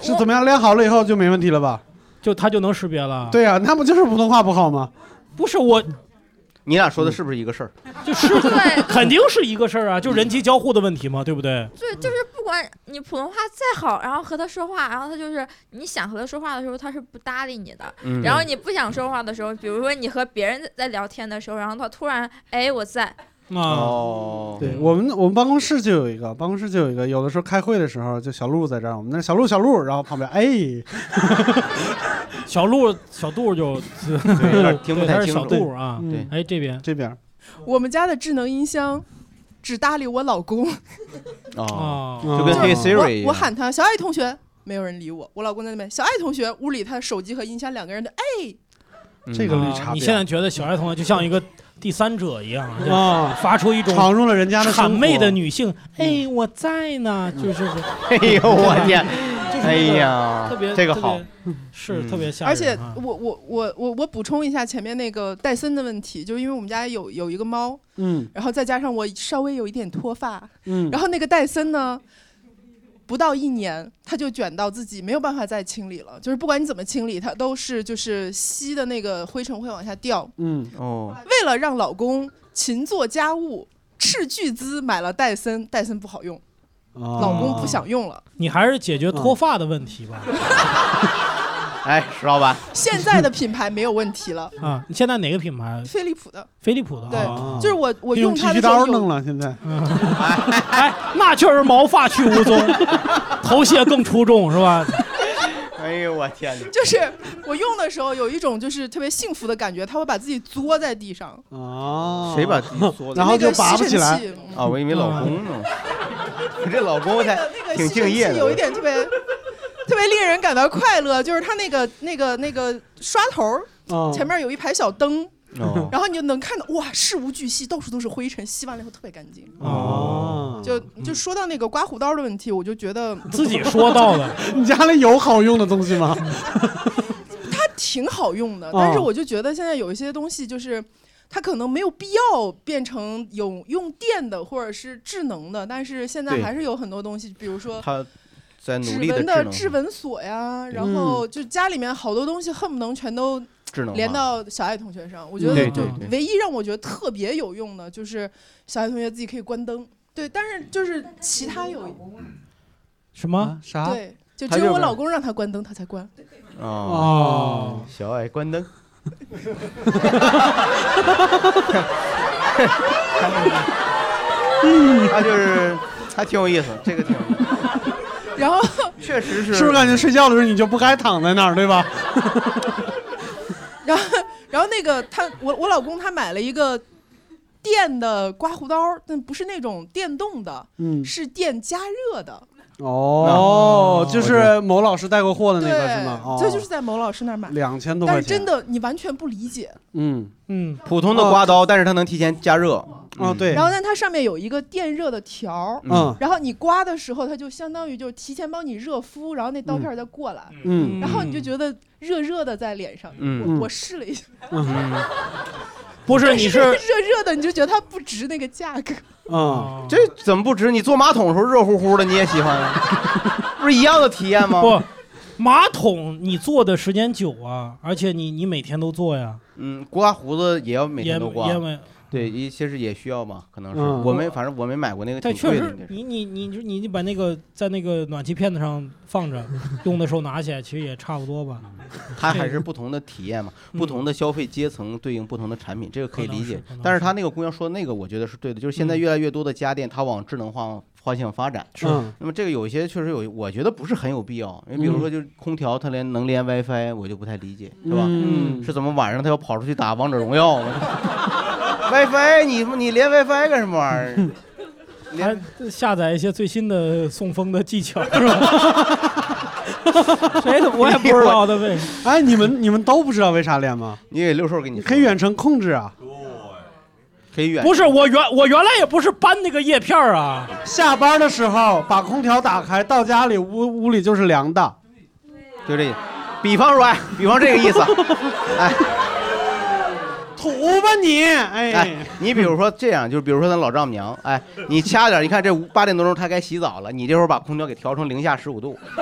是怎么样练好了以后就没问题了吧？就他就能识别了。，对呀、那不就是普通话不好吗？不是我，你俩说的是不是一个事儿？就是 肯定是一个事儿啊，就人机交互的问题嘛，对不对？对，就是不管你普通话再好，然后和他说话，然后他就是你想和他说话的时候，他是不搭理你的。嗯然后你不想说话的时候，比如说你和别人在聊天的时候，然后他突然哎我在，啊，哦，对我们，我们办公室就有一个，办公室就有一个，有的时候开会的时候，就小鹿在这儿，我们那小鹿小鹿，然后旁边哎， 小鹿小肚就，有点听不对太他是清小楚。肚啊。对，哎，这边这边我们家的智能音箱只搭理我老公，哦，哦就跟就是黑我 Siri 一我样。喊他小爱同学，没有人理我。我老公在那边，小爱同学，屋里他手机和音箱两个人的，哎，嗯这个绿茶婊、啊你现在觉得小爱同学就像一个第三者一样啊发出一种闯入了人家的谄生活媚的女性，哎，我在呢，就是， 哎呦我天就是那，个哎呀特别，这个好特，别是特别吓人啊，而且我我我我我补充一下前面那个戴森的问题，就是因为我们家有有一个猫，嗯然后再加上我稍微有一点脱发，嗯然后那个戴森呢，不到一年它就卷到自己没有办法再清理了，就是不管你怎么清理，它都是就是吸的那个灰尘会往下掉。嗯哦，为了让老公勤做家务，斥巨资买了戴森，戴森不好用，啊老公不想用了。你还是解决脱发的问题吧。 哎，石老板，现在的品牌没有问题了， 啊，你现在哪个品牌？飞利浦的。飞利浦的。对啊，嗯就是我我用它的时候刀有弄了，现在哎，那确实毛发去无 踪，头屑更出众是吧？哎呦我天哪！就是我用的时候有一种就是特别幸福的感觉，它会把自己作在地上。哦谁把 自己缩的？然后就拔不起来那个吸尘器嗯啊！我以为老公呢，我 这老公才那个挺吸尘敬业器的。有一点特别特别令人感到快乐，就是它那个那个那个刷头儿、哦前面有一排小灯。哦然后你就能看到，哇，事无巨细，到处都是灰尘，吸完了以后特别干净。嗯哦就就说到那个刮胡刀的问题，我就觉得 自己说到的， 你家里有好用的东 西吗？它挺好用的哦，嗯但是我就觉得现在有一些东西就是。它可能没有必要变成有用电的或者是智能的，但是现在对还是有很多东西，比如说他在努指力地纹智能指纹锁呀，然嗯后就家里面好多东西恨不能全都智能化嗯连到小爱同学上。我觉得对就对对唯一让我觉得特别有用的就是小爱同学自己可以关灯，对，但是就是其他有什么啥对，就啊他只有就我是啊老公让他关灯，他才关。 哦哦，小爱关 灯。他就是还挺有意思，这个挺有意思。然后 确实是不是感觉睡觉的时候你就不该躺在那儿，对吧？ 然后然后那个他我我老公他买了一个电的刮胡刀，但不是那种电动的，嗯是电加热的。哦，就我知是某老师带过货的那对个是吗？哦，这就是在某老师那儿买，两千多 但块是钱，真的你完全不理解。嗯嗯，普通的刮刀，但是它能提前加热。哦对然后呢，它上面有一个电热的条儿，嗯然后你刮的时候，它就相当于就提前帮你热敷，然后那刀片儿再过来，嗯然后你就觉得热热的在脸上，嗯我我试了一下，嗯，不 是你是热热的，你就觉得它不值那个价格，嗯，这怎么不值？你坐马桶的时候热乎乎的，你也喜欢 啊？不是一样的体验吗？不，马桶你坐的时间久啊，而且你你每天都坐呀，嗯，刮胡子也要每天都刮也也。对，一其实也需要嘛，可能是嗯我没，反正我没买过那个挺但确贵的实嗯那，你你你你你把那个在那个暖气片子上放着，用的时候拿起来，其实也差不 多吧。它还是不同的体验嘛，嗯不同的消费阶层对应不同的产品，这个可以可理能解是可能。嗯但是他那个姑娘说那个，我觉得是对的，就是现在越来越多的家电它往智能化方向发展。是嗯那么这个有些确实有，我觉得不是很有必要。因为比如说，就是空调它连能连 WiFi，我就不太理解，是吧？嗯是怎么晚上它要跑出去打王者荣耀 ？WiFi 你你连 WiFi 干什么玩 意儿？还下载一些最新的送风的技巧是 吧？谁都我也不知道的为什么。哎，你们你们都不知道为啥连吗？你给六兽给你可以远程控制啊，可以远不是我原我原来也不是搬那个叶片儿啊，下班的时候把空调打开，到家里屋屋里就是凉的。就这，比方说，哎，比方这个意思，哎。土吧你，哎，哎，你比如说这样，就是比如说咱老丈母娘，哎，你掐点儿，你看这五八点多钟她该洗澡了，你这会儿把空调给调成零下十五度，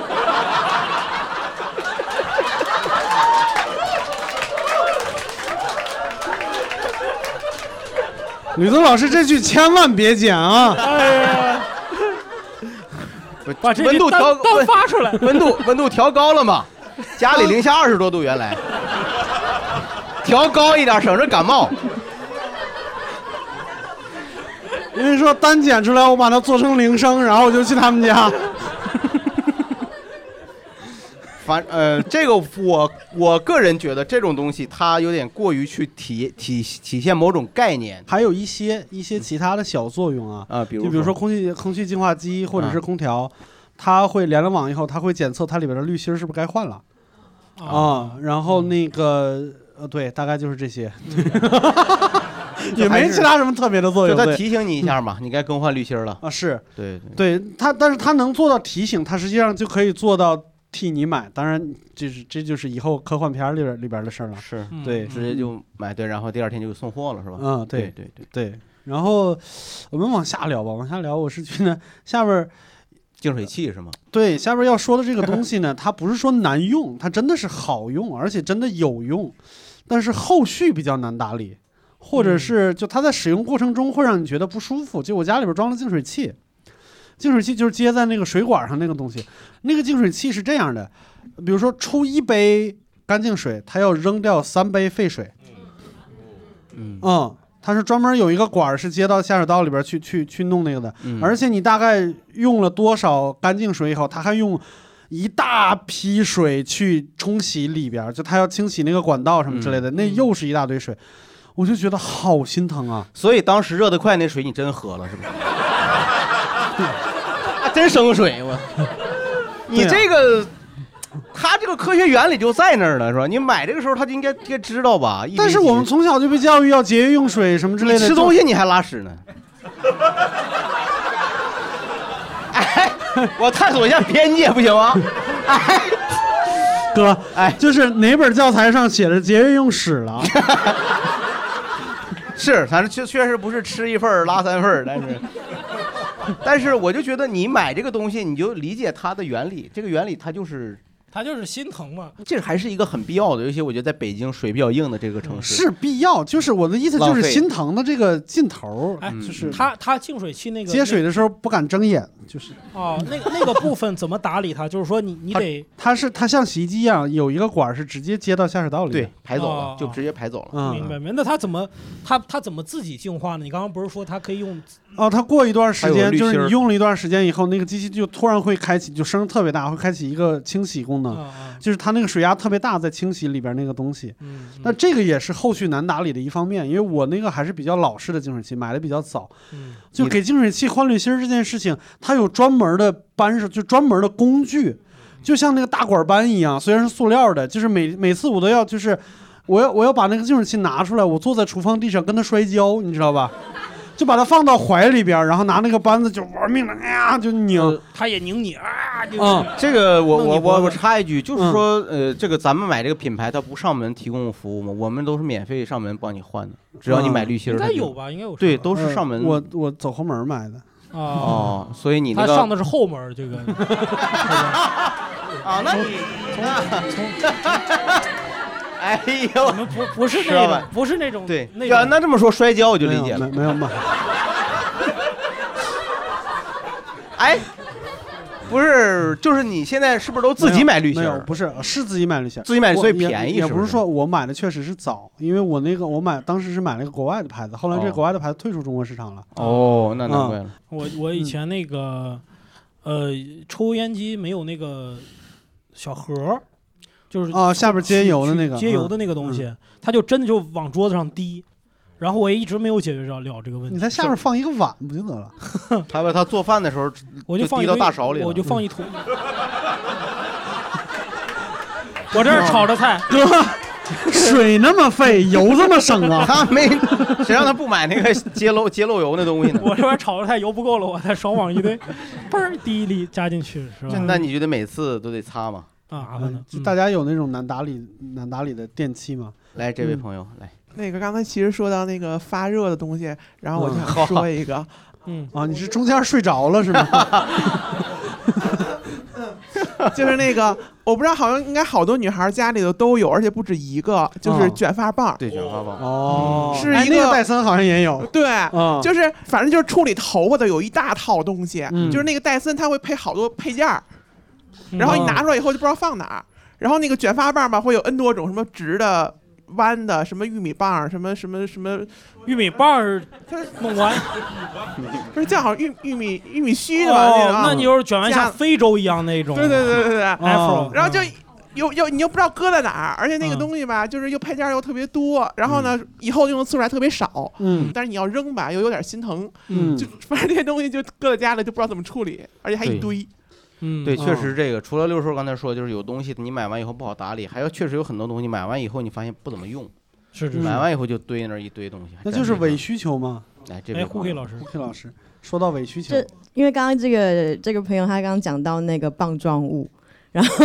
吕东老师这句千万别剪啊！ 哎呀，不把这温度单调单发出来，温度温度调高了 嘛？家里零下二十多度原来，调高一点省着感 冒。因为说单剪出来，我把它做成铃声，然后我就去他们家。反呃，这个我我个人觉得这种东西它有点过于去体体体现某种概念还有一些一些其他的小作用啊，啊，比如嗯就比如说空气空气净化机或者是空调，它会连了网以后，它会检测它里边的滤芯儿是不是该换了啊。然后那个呃，对，大概就是这些，嗯 也没其他什么特别的作就用。它对嗯提醒你一下嘛，你该更换滤芯儿了。啊，是对对对它，但是它能做到提醒，它实际上就可以做到替你买。当然，就是这就是以后科幻片儿里边里边的事儿了。是对，直接就买对，然后第二天就送货了，是吧？嗯，对对对，对。然后我们往下聊吧，往下聊，我是觉得下边儿净水器是吗？对下边儿要说的这个东西呢，它不是说难用，它真的是好用，而且真的有用，但是后续比较难打理。或嗯者是就它在使用过程中会让你觉得不舒服。就我家里边装了净水器，净水器就是接在那个水管上那个东西，那个净水器是这样的，比如说出一杯干净水，它要扔掉三杯废水。嗯嗯，它是专门有一个管儿是接到下水道里边儿去去去弄那个的，嗯而且你大概用了多少干净水以后，它还用一大批水去冲洗里边儿，就它要清洗那个管道什么之类的，嗯那又是一大堆水，我就觉得好心疼啊！所以当时热得快那水你真喝了是 不是？啊真生水 我，啊你这个，它这个科学原理就在那儿了是吧？你买这个时候它就应该应该知道吧？一但是杯我们从小就被教育要节约用水什么之类的，你吃东西你还拉屎呢。哎，我探索一下边界不行啊吗？ 哥，哎，就是哪本教材上写着节约用屎了？是，反正确确实不是吃一份儿拉三份儿，但 是，但是我就觉得你买这个东西，你就理解它的原理，这个原理它就是。他就是心疼嘛。这还是一个很必要的，尤其我觉得在北京水比较硬的这个城市，是必要，就是我的意思就浪是费心疼的这个劲头儿，就是哎他他净水器那个接水的时候不敢睁眼，就是那哦，那个那个部分怎么打理它？就是说你你得它是它像洗衣机一样有一个管儿是直接接到下水道里的，对排走了哦就直接排走嗯，明白明白。那他怎么他他怎么自己净化呢？你刚刚不是说他可以用哦，它过一段时还有间，滤芯就儿是你用了一段时间以后，那个机器就突然会开启，就声儿特别大，会开启一个清洗功哦能，就是它那个水压特别大，在清洗里边那个东西。嗯那这个也是后续难打理的一方面，因为我那个还是比较老式的净水器，买的比较早，就给净水器换滤芯儿这件事情，它有专门的扳手，就专门的工具，就像那个大管扳一样，虽然是塑料的，就是每每次我都要就是。我要我要把那个净水器拿出来，我坐在厨房地上跟它摔跤，你知道吧？ 就把它放到怀里边儿，然后拿那个扳子就玩命的，哎呀就拧。他也拧你啊？就是啊，这个我我我我插一句，就是嗯说，呃，这个咱们买这个品牌，它不上门提供服务吗？我们都是免费上门帮你换的，只要你买滤芯儿，应该它就有吧应该有对，上门都是上门。呃嗯我我走后门买的。哦，所以你那他个上的是后门儿，这个 啊，那你哎呦，我们不不是知道那吧个，不是那种对，那要种那这么说摔跤我就理解了，没有买。 哎，不是，就是你现在是不是都自己买滤芯没儿？有，不是呃是自己买滤芯儿，自己买我所以也便宜也是不不是是说我买的确实是早，因为我那个我买当时是买了一个国外的牌子，后来这哦国外的牌子退出中国市场了。哦，那难嗯怪了。我我以前那个，呃，抽烟机没有那个小盒儿，就是啊下边接油的那个接油嗯的那个东西嗯，它就真的就往桌子上滴。然后我也一直没有解决着了这个问题。你在下边放一个碗不就得了？ 他把他做饭的时候， 我就放滴一到堆大勺里了，我就嗯放一 桶。 我这儿炒着菜，哥， 水那么费，油这么省啊！ 他没， 谁让他不买那个接漏接漏油那东西呢？ 我这边炒着菜油不够了，我再手往一堆， 嘣儿滴一粒 加进去，是吧？那你觉得每次都得擦吗？啊，就嗯大家有那种难打理、难打理的电器吗？嗯来，这位朋友，来，那个刚才其实说到那个发热的东西，然后我就嗯想说一个，嗯啊，你是中间睡着了是吗？ 就是那个我不知道，好像应该好多女孩家里头都有，而且不止一个，就是嗯卷发棒。对，卷发棒。哦，嗯是哎一那个戴森好像也有。 对，啊嗯就是反正就是处理头发的有一大套东西，嗯就是那个戴森它会配好多配件儿，嗯然后你啊拿出来以后就不知道放哪儿。然后那个卷发棒吧会有 N 多种，什么直的、弯的，什么玉米棒，什么什么什么玉米棒儿 弄完，不是叫好玉玉米玉米须的吧？那个哦啊，那你就是卷完夹像非洲一样那种。啊对对对对对 afro，然后嗯就又又你又不知道搁在哪儿，而且那个东西吧，就是又配件儿又特别多，然后呢，以后用的次数还特别少，嗯但是你要扔吧，又有点心疼，嗯就反正这些东西就搁在家里就不知道怎么处理，而且还一堆，嗯对，确实这个，除了六叔刚才说，就是有东西你买完以后不好打理，还有确实有很多东西买完以后你发现不怎么用，是是是买完以后就堆那儿一堆东西，还那真就是没法伪需求吗？哎这位哎朋友 Huki 老师，Huki 老师说到伪需求，这因为刚刚这个这个朋友他刚刚讲到那个棒状物， 然 后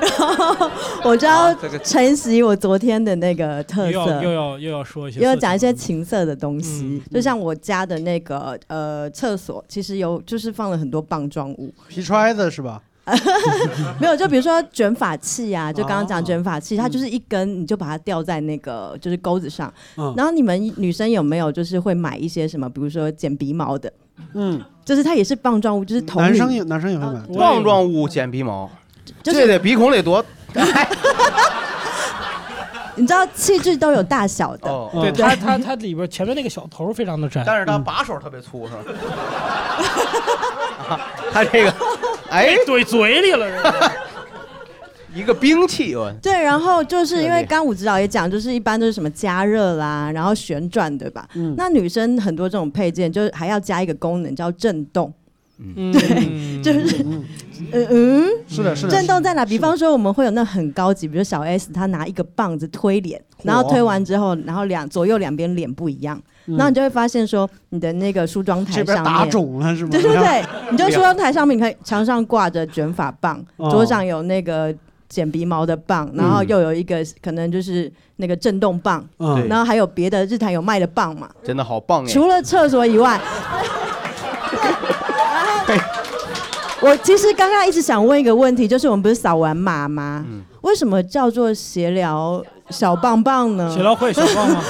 然后我就要承袭我昨天的那个特又要色，又要又要说一些色情，又要讲一些情色的东嗯西，就像我家的那个呃厕所，其实有就是放了很多棒状物，皮揣子是吧？ 没有，就比如说卷发器啊，就刚刚哦讲卷发器，它嗯就是一根，你就把它吊在那个就是钩子上。嗯然后你们女生有没有就是会买一些什么，比如说剪鼻毛的，嗯， 就是它也是棒状物，就是头男女生也男生也会买，棒状物剪鼻毛，哦就是这得鼻孔 得多你知道器具都有大小的，对哦它它它里边前面那个小头非常的窄，嗯但是它把手特别粗，是吧？ 他这个，哎，怼嘴里了， 一个兵器，我对，然后就是因特为别刚武指导也讲，就是一般都是什么加热啦，然后旋转，对吧？嗯那女生很多这种配件，就是还要加一个功能叫震动。对，就是，嗯嗯，是的是的震动在哪？比方说，我们会有那很高级，比如小 S，她拿一个棒子推脸，然后推完之后，然后两左右两边脸不一样，嗯然后你就会发现说，你的那个梳妆台这上边打面肿了是吗？哎对对对，你就梳妆台上面，你看墙上挂着卷发棒，哦桌上有那个剪鼻毛的棒，然后嗯又有一个可能就是那个震动棒，嗯对然后还有别的日坛有卖的棒嘛。真的好棒哎！除了厕所以外， 我其实刚刚一直想问一个问题，就是我们不是扫完码吗？嗯为什么叫做闲聊小棒棒呢？闲聊会小棒 棒，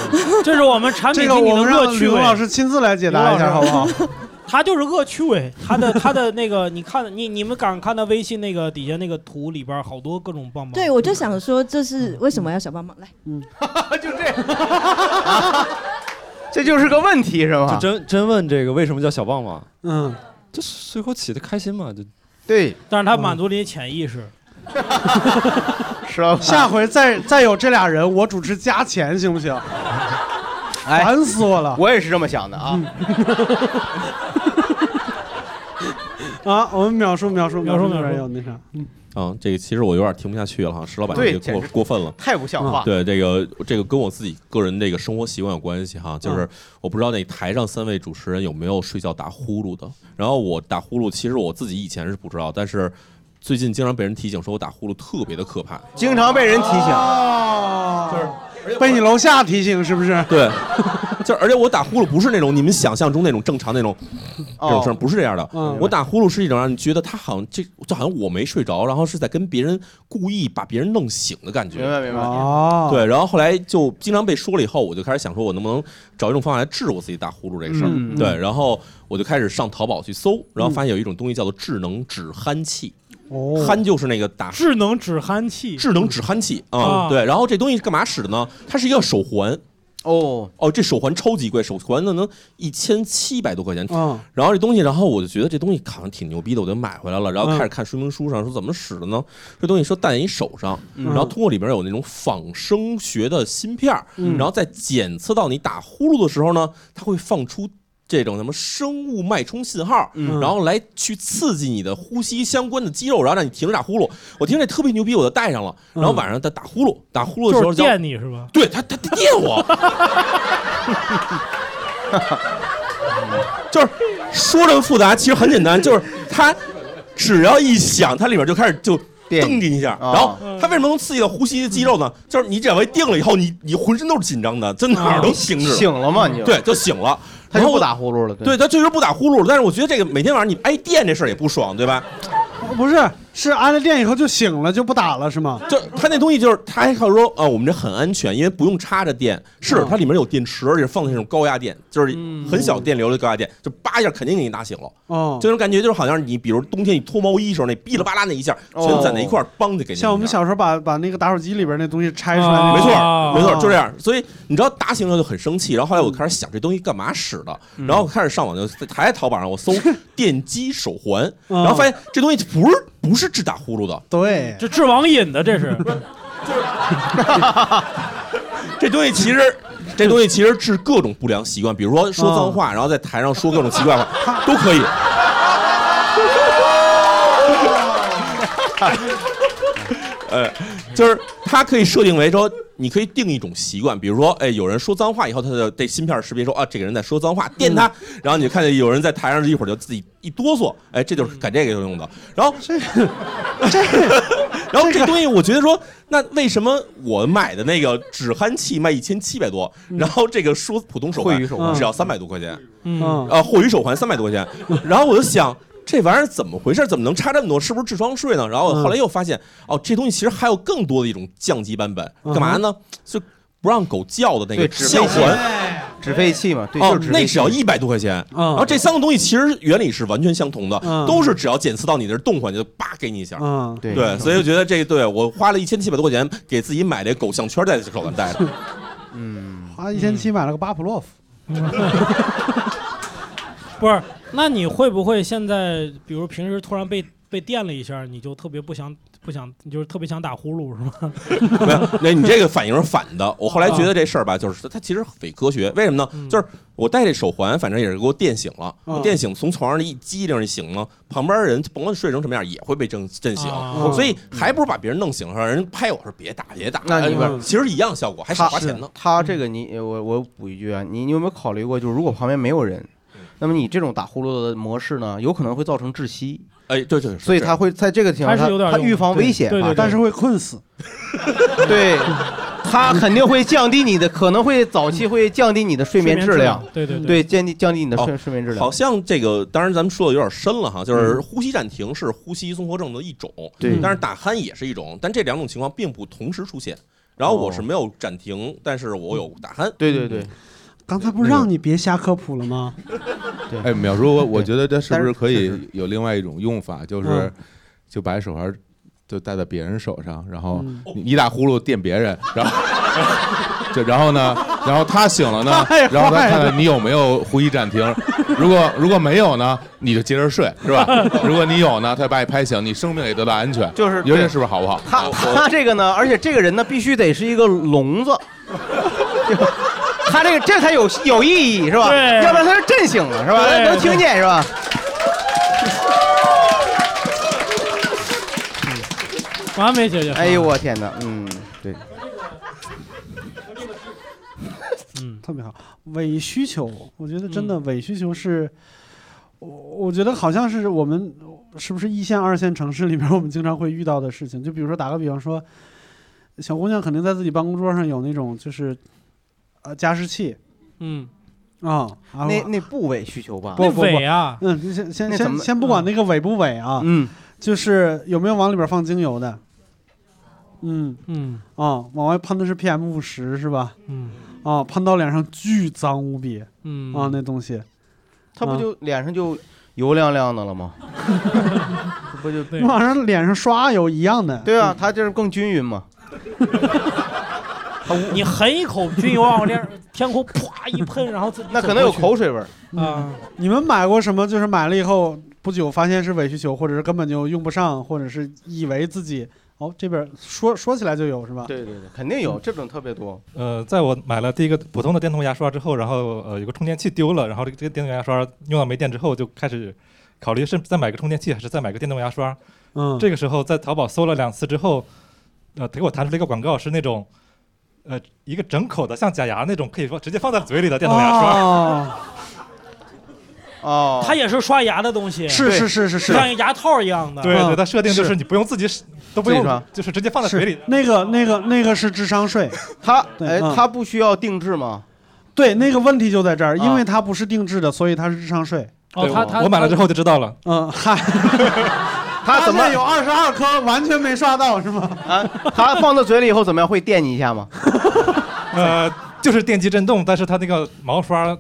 这是我们产品这个经理我的们让恶趣吕味。龙老师亲自来解答一下，好不好？ 他就是恶趣味，他的他的那个，你看你你们敢看他微信那个底下那个图里边好多各种棒棒，对，我就想说，这是为什么要小棒棒？来，这就是个问题是吧？就真真问这个为什么叫小棒棒？嗯，就随口起的开心嘛，就对。但是他满足了你潜意识。是吧？下回再再有这俩人，我主持加钱行不行？烦死我了！嗯我也是这么想的啊。 啊，我们秒述秒述秒述那秒边述有那啥，嗯，啊，这个其实我有点听不下去了哈，石老板这对个过简直过分了，太不像话嗯对，这个这个跟我自己个人这个生活习惯有关系哈，就是嗯我不知道那台上三位主持人有没有睡觉打呼噜的，然后我打呼噜，其实我自己以前是不知道，但是最近经常被人提醒说我打呼噜特别的可怕，经常被人提醒，哦被你楼下提醒是不是？对， 就而且我打呼噜不是那种你们想象中那种正常那种这种声儿，不是这样的。哦嗯我打呼噜是一种让你觉得他好像这就好像我没睡着，然后是在跟别人故意把别人弄醒的感觉。明白明白哦对，然后后来就经常被说了以后，我就开始想说，我能不能找一种方法来治我自己打呼噜这个事儿？嗯嗯对，然后我就开始上淘宝去搜，然后发现有一种东西叫做智能止鼾器。哦鼾就是那个打智能止鼾器，智能止鼾器啊、啊对。然后这东西是干嘛使的呢？它是一个手环。哦哦，这手环超级贵，手环呢能一千七百多块钱。嗯然后这东西，然后我就觉得这东西好像挺牛逼的，我就买回来了。然后嗯开始看说明书上说怎么使的呢？这东西说戴在你手上，嗯然后通过里面有那种仿生学的芯片儿，嗯然后再检测到你打呼噜的时候呢，它会放出。这种什么生物脉冲信号，嗯然后来去刺激你的呼吸相关的肌肉，然后让你停止打呼噜。我听着特别牛逼，我就戴上了。然后晚上在打呼噜，打呼噜的时嗯就候是电你是吧？对他，他他电我，就是说这么复杂，其实很简单，就是它只要一响，它里面就开始就蹬你一下，哦然后它为什么能刺激到呼吸的肌肉呢？嗯就是你只要一定了以后，你你浑身都是紧张的，这 哪儿都醒着，啊醒了嘛你就对，就醒了，他就然后不打呼噜了，对，他确实不打呼噜了，但是我觉得这个每天晚上你挨电这事儿也不爽，对吧？不是，是安了电以后就醒了，就不打了是吗？就它那东西就是，它还靠说啊，我们这很安全，因为不用插着电。是啊嗯，它里面有电池，而且放的那种高压电，就是很小电流的高压电，就叭一下肯定给你打醒了。哦这种感觉就是好像你，比如冬天你脱毛衣时候那哔啦吧啦那一下，全攒在一块儿，梆就给你。哦像我们小时候把把那个打火机里边那东西拆出来那种，没错，啊没错，就这样。所以你知道打醒了就很生气，然后后来嗯我开始想这东西干嘛使的，然后我开始上网就还在淘宝上 我搜电击手环，嗯然后发现这东西不是不是治打呼噜的，对，这治网瘾的这是， 这东西其 实，这东西其实治各种不良习惯，比如说说嗯脏话，然后在台上说各种奇怪话，都可以。呃，就是它可以设定为说，你可以定一种习惯，比如说，哎，有人说脏话以后，它的这芯片识别说啊，这个人在说脏话，电他，然后你就看见有人在台上一会儿就自己一哆嗦，哎，这就是干这个用的。然后这这，然后这东西我觉得说，那为什么我买的那个止鼾器卖一千七百多，然后这个说普通手环惠宇手环只要三百多块钱，嗯 啊，霍宇手环三百多块钱，然后我就想，这玩意儿怎么回事？怎么能差这么多？是不是智商税呢？然嗯后后来又发现，哦，这东西其实还有更多的一种降级版本，嗯干嘛呢？就不让狗叫的那对个纸叫飞器环。纸飞器嘛，对，哦就是，纸那飞只要器一百多块钱，然后这三个东西其实原理是完全相同的，嗯都是只要检测到你的动环就叭给你一下，嗯对对，所以我 觉得这对我花了一千七百多块钱给自己买这狗项圈在手上戴 着，嗯花一千七买了个巴甫洛夫，不是，那你会不会现在，比如平时突然被被电了一下，你就特别不想不想，你就是特别想打呼噜是吗？ 没有，那你这个反应是反的。我后来觉得这事儿吧，就是它它其实伪科学，为什么嗯呢？就是我戴这手环，反正也是给我电醒了，嗯我电醒从床上一激灵一醒了，旁边人甭管睡成什么样也会被震震醒啊，所以还不如把别人弄醒了，让人拍我说别打别打，那你哎们其实一样效果，还少花他钱呢。他这个你我我补一句啊，你你有没有考虑过，就是如果旁边没有人，嗯那么你这种打呼噜的模式呢，有可能会造成窒息。哎，对对，所以他会在这个情况还下是有，点他用预防危险对嘛对，但是 会困死。对，它肯定会降低你的，可能会早期会降低你的睡眠睡质量。眠质量对对对对，降低降低你的睡哦睡眠质量。好像这个，当然咱们说的有点深了哈，就是嗯呼吸暂停是呼吸综合症的一种，对但是打鼾也是一种，但这两种情况并不同时出现。然后我是没有暂停，但是我有打鼾。对对对，刚才不是让你别瞎科普 了吗？哎，淼叔，我我觉得这是不但是是可以有另外一种用法，就是嗯就把手环就戴在别人手上，然后嗯你你打呼噜电别人，然 后就然后呢，然后他醒了 呢太坏，了然后他看看你有没有呼吸暂停，如果如果没有呢，你就接着睡，是 吧？如果你有呢，他把你拍醒，你生命也得到安全。就是你说这是不是好不好？他他这个呢，而且这个人呢，必须得是一个聋子，他这个这才有有意义是吧？对要不然他是震醒了是吧？对能听见是吧？完美解决方案哎呦我天哪，嗯，对，嗯，特别好。伪需求，我觉得真的伪需求是，我我觉得好像是我们是不是一线、二线城市里面我们经常会遇到的事情。就比如说打个比方说，小姑娘肯定在自己办公桌上有那种就是呃加湿器嗯，啊、啊那我那部位需求吧，不不不啊嗯，先先那怎先么先不管那个伪不伪啊，嗯，就是有没有往里边放精油的，嗯嗯，哦，往外喷的是 PM 五十是吧？嗯，哦，喷到脸上巨脏无比，嗯啊，那东西，他不啊就脸上就油亮亮的了吗？这不就你往上脸上刷油一样的，对啊，他就是更均匀嘛。你含一口军油往我脸天空啪一喷，然后 自己那可能有口水味儿。啊。嗯你们买过什么？就是买了以后不久发现是伪需求，或者是根本就用不上，或者是以为自己哦这边说说起来就有是吧？对对对，肯定有这种特别多。呃，在我买了第一个普通的电动牙刷之后，然后呃有个充电器丢了，然后这个这个电动牙刷用到没电之后，就开始考虑是再买个充电器还是再买个电动牙刷。嗯这个时候在淘宝搜了两次之后，呃，给我弹出了一个广告，是那种呃一个整口的像假牙那种，可以说直接放在嘴里的电动牙刷。哦哦，它也是刷牙的东西，是是是是是像牙套一样的。对对，它设定就是你不用自己使都不自己用刷，就是直接放在嘴里是。那个那个那个是智商税，他对哎，嗯他不需要定制吗？啊对那个问题就在这儿，因为它不是定制的，所以它是智商税。哦对我我买了之后就知道了。 嗯，嗨，他怎么现在有二十二颗完全没刷到是吗？啊， 他放到嘴里以后怎么样？会电你一下吗？ 呃，就是电机震动，但是它那个毛刷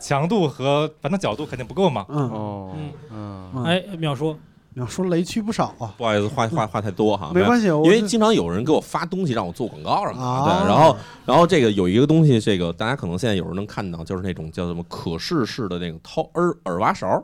强度和反正角度肯定不够嘛。嗯哦，嗯嗯哎，淼叔，淼叔雷区不少啊。不好意思，话嗯话话太多哈，没关系我因为就经常有人给我发东西让我做广告什么的，啊对，然后然后这个有一个东西，这个大家可能现在有人能看到，就是那种叫什么可视式的那种掏耳耳挖勺，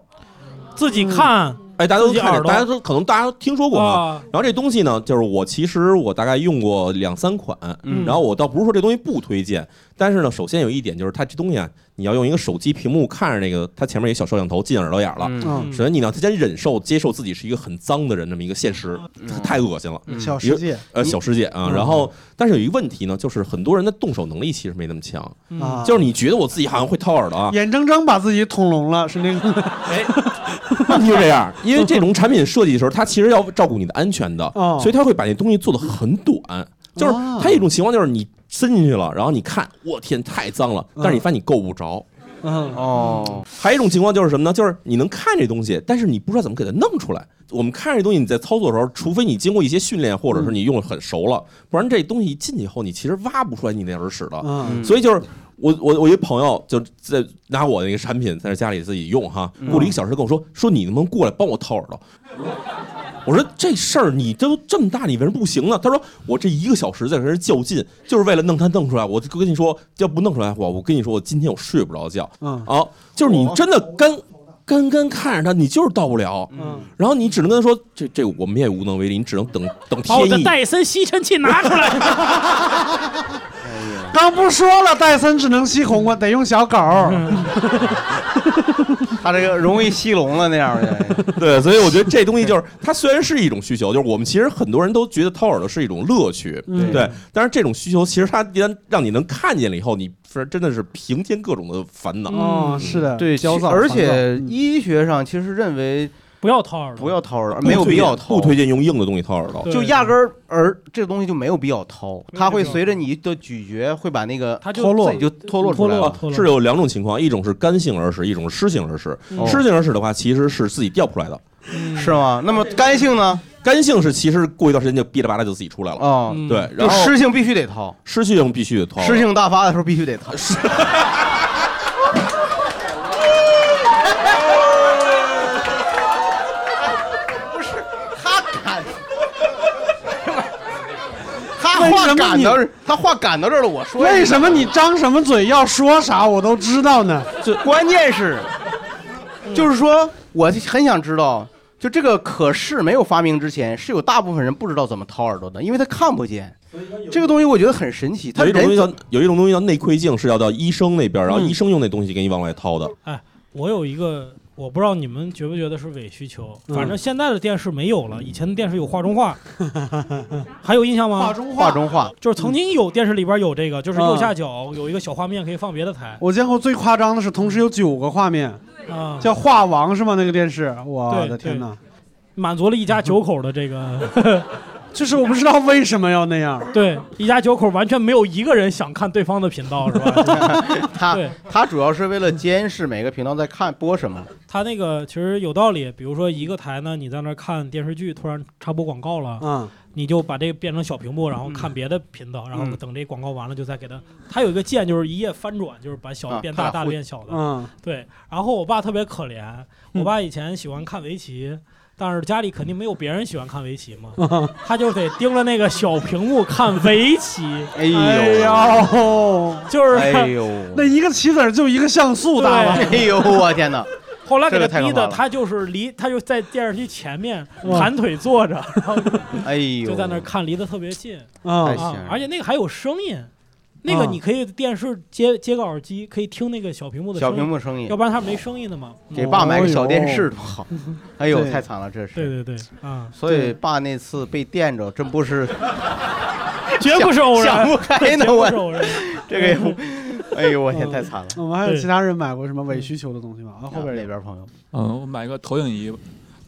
自己看，哎，大家都自己看耳着，朵大家都可能大家都听说过哈啊。然后这东西呢，就是我其实我大概用过两三款，嗯然后我倒不是说这东西不推荐，但是呢，首先有一点就是它这东西啊，你要用一个手机屏幕看着那个，它前面有一小摄像头进耳朵眼了嗯，嗯首先你呢，先忍受接受自己是一个很脏的人这么一个现实，这太恶心了。嗯小世界呃，小世界啊。嗯然后，但是有一个问题呢，就是很多人的动手能力其实没那么强嗯啊，就是你觉得我自己好像会掏耳朵啊，眼睁睁把自己捅聋啊了，是那个。 问题是这样，因为这种产品设计的时候，它其实要照顾你的安全的哦，所以它会把那东西做的很短。就是嗯它有一种情况，就是你伸进去了，然后你看，我天，太脏了，但是你发现你够不着，嗯哦，还有一种情况就是什么呢？就是你能看这东西，但是你不知道怎么给它弄出来。我们看这东西，你在操作的时候，除非你经过一些训练，或者是你用得很熟了，不然这东西一进去以后，你其实挖不出来你那耳屎的。嗯所以就是我我我一朋友就在拿我那个产品在家里自己用哈，过了一个小时跟我说说你能不能过来帮我掏耳朵？我说这事儿你都这么大，你为什么不行啊呢？他说我这一个小时在跟人较劲，就是为了弄它弄出来。我就跟你说，要不弄出来，我我跟你说，我今天我睡不着觉。嗯哦啊，就是你真的干干干看着他，你就是到不了。嗯，然后你只能跟他说，这这我们也无能为力，你只能 等等把我哦天的意。戴森吸尘器拿出来。刚不说了，戴森只能吸红啊，得用小狗。嗯他这个容易吸聋了那样的。 对，所以我觉得这东西就是，它虽然是一种需求，就是我们其实很多人都觉得掏耳朵是一种乐趣，嗯对。但是这种需求其实它一旦让你能看见了以后，你是真的是平添各种的烦嗯恼。哦是的对，焦躁嗯而烦躁且医学上其实认为不要掏耳朵，不要掏耳朵，没有必要掏，不推荐用硬的东西掏耳朵。就压根儿耳这东西就没有必要掏，它会随着你的咀嚼会把那个就脱落自己就脱落出来了。是有两种情况，一种是干性耳屎，一种是湿性耳屎。嗯湿性耳屎的话，其实是自己掉不出来的，嗯是吗？那么干性呢？干性是其实过一段时间就哔哩吧啦就自己出来了。哦嗯对，就然后湿性必须得哦掏，湿性必须得掏。啊湿性大发的时候必须得掏。 不是他敢，他话赶到这儿，他话赶到这儿了，我说 为什么你张什么嘴要说啥，我都知道呢？这关键是，嗯就是说，我很想知道，就这个可视没有发明之前，是有大部分人不知道怎么掏耳朵的，因为他看不见。这个东西我觉得很神奇，他有一种东西人叫有一种东西叫内窥镜，是要到医生那边，嗯然后医生用那东西给你往外掏的。哎，我有一个，我不知道你们觉不觉得是伪需求，嗯反正现在的电视没有了，以前的电视有画中 画，还有印象吗？画中画中画就是曾经有电视里边有这个，就是嗯右下角有一个小画面可以放别的台我见过最夸张的是，同时有九个画面，啊， 叫画王是吗？那个电视，我对的天哪！满足了一家九口的这个。就是我不知道 为什么要那样，对，一家九口完全没有一个人想看对方的频道，是 吧？ 他他主要是为了监视每个频道在看播什么。他那个其实有道理，比如说一个台呢，你在那儿看电视剧，突然插播广告了，嗯，你就把这个变成小屏幕，然后看别的频道，然后等这广告完了就再给他。他有一个键就是一页翻转，就是把小啊变大，看大会变小的。嗯对。然后我爸特别可怜，我爸以前喜欢看围棋。但是家里肯定没有别人喜欢看围棋嘛，他就得盯着那个小屏幕看围棋。哎呦呦，就是哎呦，那一个棋子儿就一个像素大吧？哎呦，我天哪！ 后来给这个太他可逼怕的，了他就是离，他就在电视机前面哇盘腿坐着，然后哎呦，就在那儿看，离得特别近啊太吓人了而且那个还有声音，那个啊你可以电视接接个耳机，可以听那个小屏幕的小屏幕声音要不然它没声音的嘛。给爸买个小电视多好！ 哎呦，哦对太惨了，这是。对对对，啊，所以爸那次被电着，真不是，绝不是偶然嗯想不开绝呢，不我是偶然这个也不，哎呦，我嗯天，太惨了。我们还有其他人买过什么嗯伪需求的东西吗？啊，后边那边朋友，嗯，我买一个投影仪，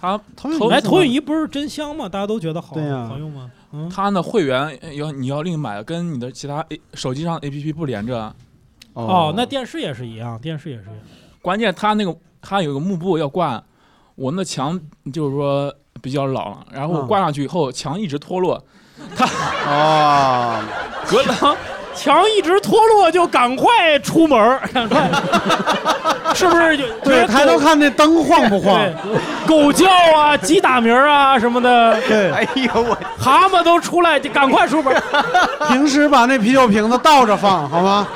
它投哎，投影仪不是真香吗？大家都觉得好对呀好用吗？嗯，它呢会员要你要另买，跟你的其他 A 手机上的 APP 不连着。啊哦，那电视也是一样，电视也是一样。关键它那个它有个幕布要挂，我那墙就是说比较老了，然后我嗯挂上去以后、墙一直脱落，它哦， 隔了。墙一直脱落，就赶快出门儿，赶快， 是不是就对，抬头看那灯晃不晃？对狗叫啊、鸡打鸣啊什么的。对，哎呦我，蛤蟆都出来，就赶快出门。平时把那啤酒瓶子倒着放好吗？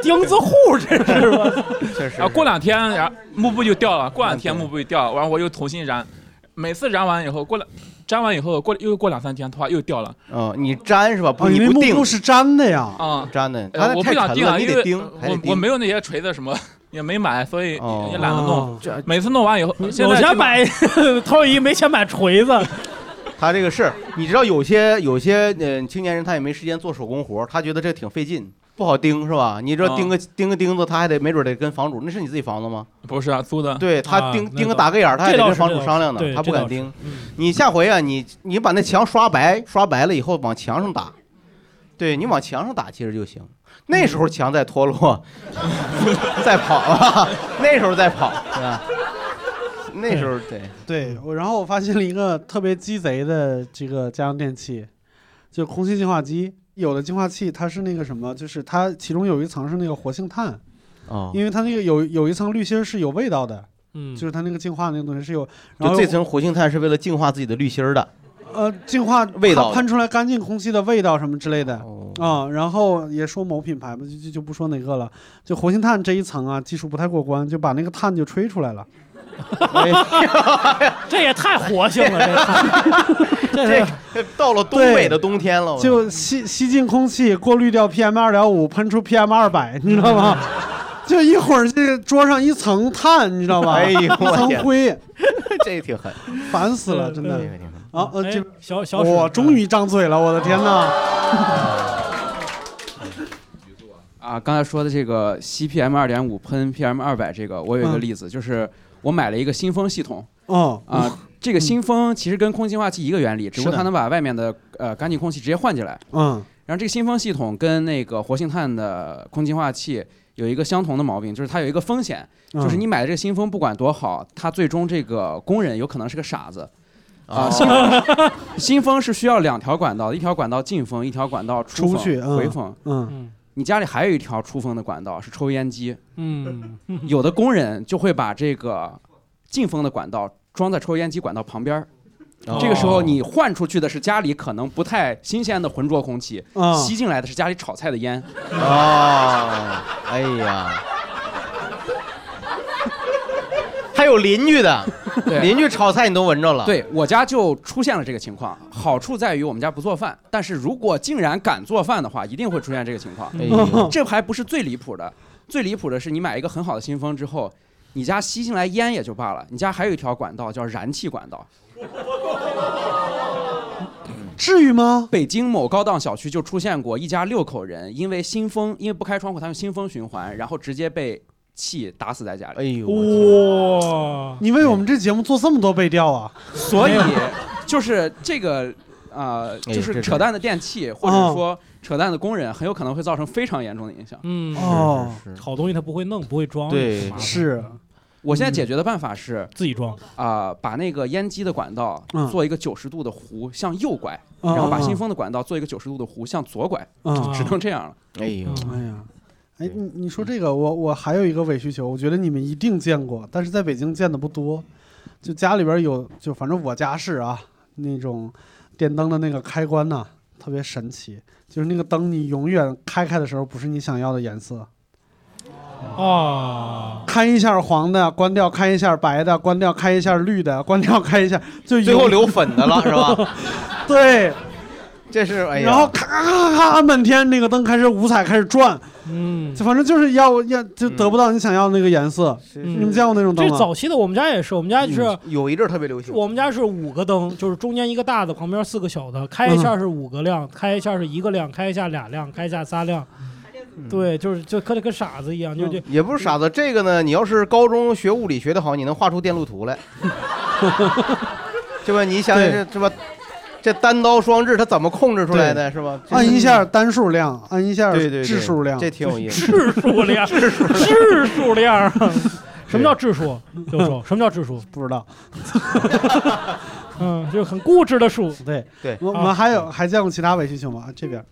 钉子户这是吧？确实然后啊过两天，然后幕布就掉了，过两天幕布就掉了，完了我又重新粘，每次粘完以后，过两粘完以后过又过两三天，它又掉了。哦，你粘是吧？不，哦你你不那定幕布是粘的呀啊，粘的，它呃我不太想沉定了，了，你因得为钉，还得我我钉。没有那些锤子什么， 也没买，所以哦也懒得弄哦这。每次弄完以后，现有在钱基本买 投影仪，没钱买锤子。 他这个是，你知道有些有些嗯、青年人他也没时间做手工活儿，他觉得这挺费劲，不好钉是吧？你这啊钉个、钉个钉子，他还得没准得跟房主，那是你自己房子吗？不是啊，租的。对他钉、钉个打个眼儿，他还得跟房主商量呢，他不敢嗯钉。你下回啊，你你把那墙刷白，刷白了以后往墙上打，对你往墙上打其实就行，那嗯时候墙在脱落， 在跑啊，那时候在跑，对吧？ 那时候对对，我然后我发现了一个特别鸡贼的这个家用电器，就空气净化机。有的净化器它是那个什么，就是它其中有一层是那个活性炭，哦因为它那个有有一层滤芯儿是有味道的，嗯，就是它那个净化那个东西是有，然就后这层活性炭是为了净化自己的滤芯儿 的，呃净化味道哦它喷出来干净空气的味道什么之类的啊、然后也说某品牌吧，就就就不说哪个了，就活性炭这一层啊，技术不太过关，就把那个碳就吹出来了。哎 这也太活性了， 这这这到了东北的冬天了，我就吸吸进空气，过滤掉 PM 二点五，喷出 PM 二百，你知道吗？嗯 就一会儿这桌上一层碳，你知道吧？哎呦一我层天灰， 这也挺狠。嗯烦死了，真的。啊，呃，这小小史我终于张嘴了，我的天哪！ 啊，刚才说的这个吸 PM 二点五喷 PM 二百这个，我有一个嗯例子，就是我买了一个新风系统。哦啊，这个新风其实跟空气净化器一个原理，只不过是的它能把外面的呃干净空气直接换进来。嗯，然后这个新风系统跟那个活性炭的空气净化器有一个相同的毛病，就是它有一个风险，嗯就是你买的这个新风不管多好，它最终这个工人有可能是个傻子。啊，哦新 新风是需要两条管道，一条管道进风，一条管道出出风去嗯回风。嗯，你家里还有一条出风的管道是抽烟机。嗯， 有的工人就会把这个进风的管道装在抽烟机管道旁边儿。哦这个时候，你换出去的是家里可能不太新鲜的浑浊空气，嗯啊吸进来的是家里炒菜的烟。哦，哎 呀，还有邻居的，对邻居炒菜你都闻着了。对我家就出现了这个情况。好处在于我们家不做饭，但是如果竟然敢做饭的话，一定会出现这个情况哎呦。这还不是最离谱的，最离谱的是你买一个很好的新风之后，你家吸进来烟也就罢了，你家还有一条管道叫燃气管道。嗯至于吗？北京某高档小区就出现过一家六口人，因为新风，因为不开窗户，他用新风循环，然后直接被气打死在家里。哎呦哇！嗯你为我们这节目做这么多背调啊！所以就是这个呃，哎就这是是扯淡的电器，或哦者说扯淡的工人，很有可能会造成非常严重的影响。嗯哦，好东西它不会弄，不会装，麻烦。我现在解决的办法是嗯自己装啊、把那个烟机的管道嗯做一个九十度的弧向右拐，嗯然后把嗯嗯新风的管道做一个九十度的弧向左拐，嗯就只能这样了。哎呦，哎呀，哎，你你说嗯这个，我我还有一个伪需求，我觉得你们一定见过，但是在北京见的不多。就家里边有，就反正我家是啊，那种电灯的那个开关呐、特别神奇，就是那个灯你永远开开的时候不是你想要的颜色，哦，开一下黄的，关掉开一下白的，关掉开一下绿的，关掉开一下，就最后留粉的了是吧？ 对，这是哎呀，然后咔咔咔按半天，那个灯开始五彩开始转，嗯，就反正就是要要就得不到你想要那个颜色。你们见过那种灯这吗？早期的我们家也是，我们嗯家就是有一阵特别流行。嗯我们家是五个灯，就是中间一个大的，旁边四个小的，开一下是五个亮，开一下是一个亮，开一下俩亮，开一下仨亮。对，就是就跟跟傻子一样，就就嗯也不是傻子，这个呢，你要是高中学物理学得好，你能画出电路图 来，对吧？你想想这这吧，这单刀双掷它怎么控制出来的，对是吧？这按一下单数量，按一下对对对质数量，这挺有意 思质数量，质数量质数 量，什么叫质数？教授，什么叫质数？不知道。 嗯，就是很固执的数。对对我我们还有还见过其他伪需求吗？啊这边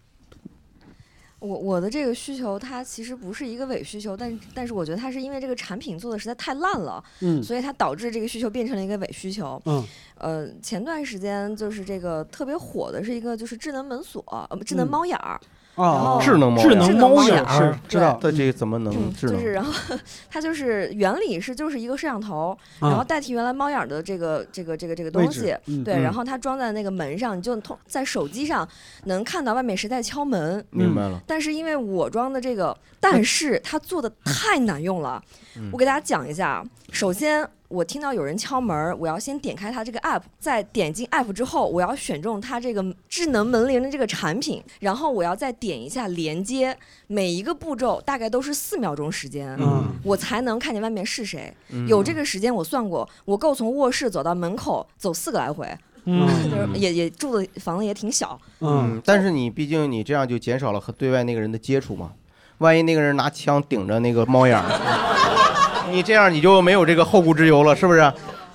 我我的这个需求，它其实不是一个伪需求，但但是我觉得它是因为这个产品做的实在太烂了，嗯所以它导致这个需求变成了一个伪需求。嗯，呃，前段时间就是这个特别火的是一个就是智能门锁，呃，智能嗯猫眼儿。然啊后，智能猫智能猫眼是儿，知道，这这怎么能智就能是，？然后 它就是原理是就是一个摄像头，啊然后代替原来猫眼儿的这个这个这个这个位东置西，嗯对，嗯然后它装在那个门上，你就通在手机上能看到外面谁在敲门。明白了但是因为我装的这个，但是它做的太难用了，嗯我给大家讲一下啊。首先，我听到有人敲门儿，我要先点开它这个 app，在点进 app 之后，我要选中它这个嗯智能门铃的这个产品，然后我要再点一下连接，每一个步骤大概都是四秒钟时间，嗯我才能看见外面是谁。嗯有这个时间，我算过，我够从卧室走到门口走四个来回。嗯 就是也也住的房子也挺小，嗯，但是你毕竟你这样就减少了和对外那个人的接触嘛，万一那个人拿枪顶着那个猫眼儿， 你这样你就没有这个后顾之忧了，是不是？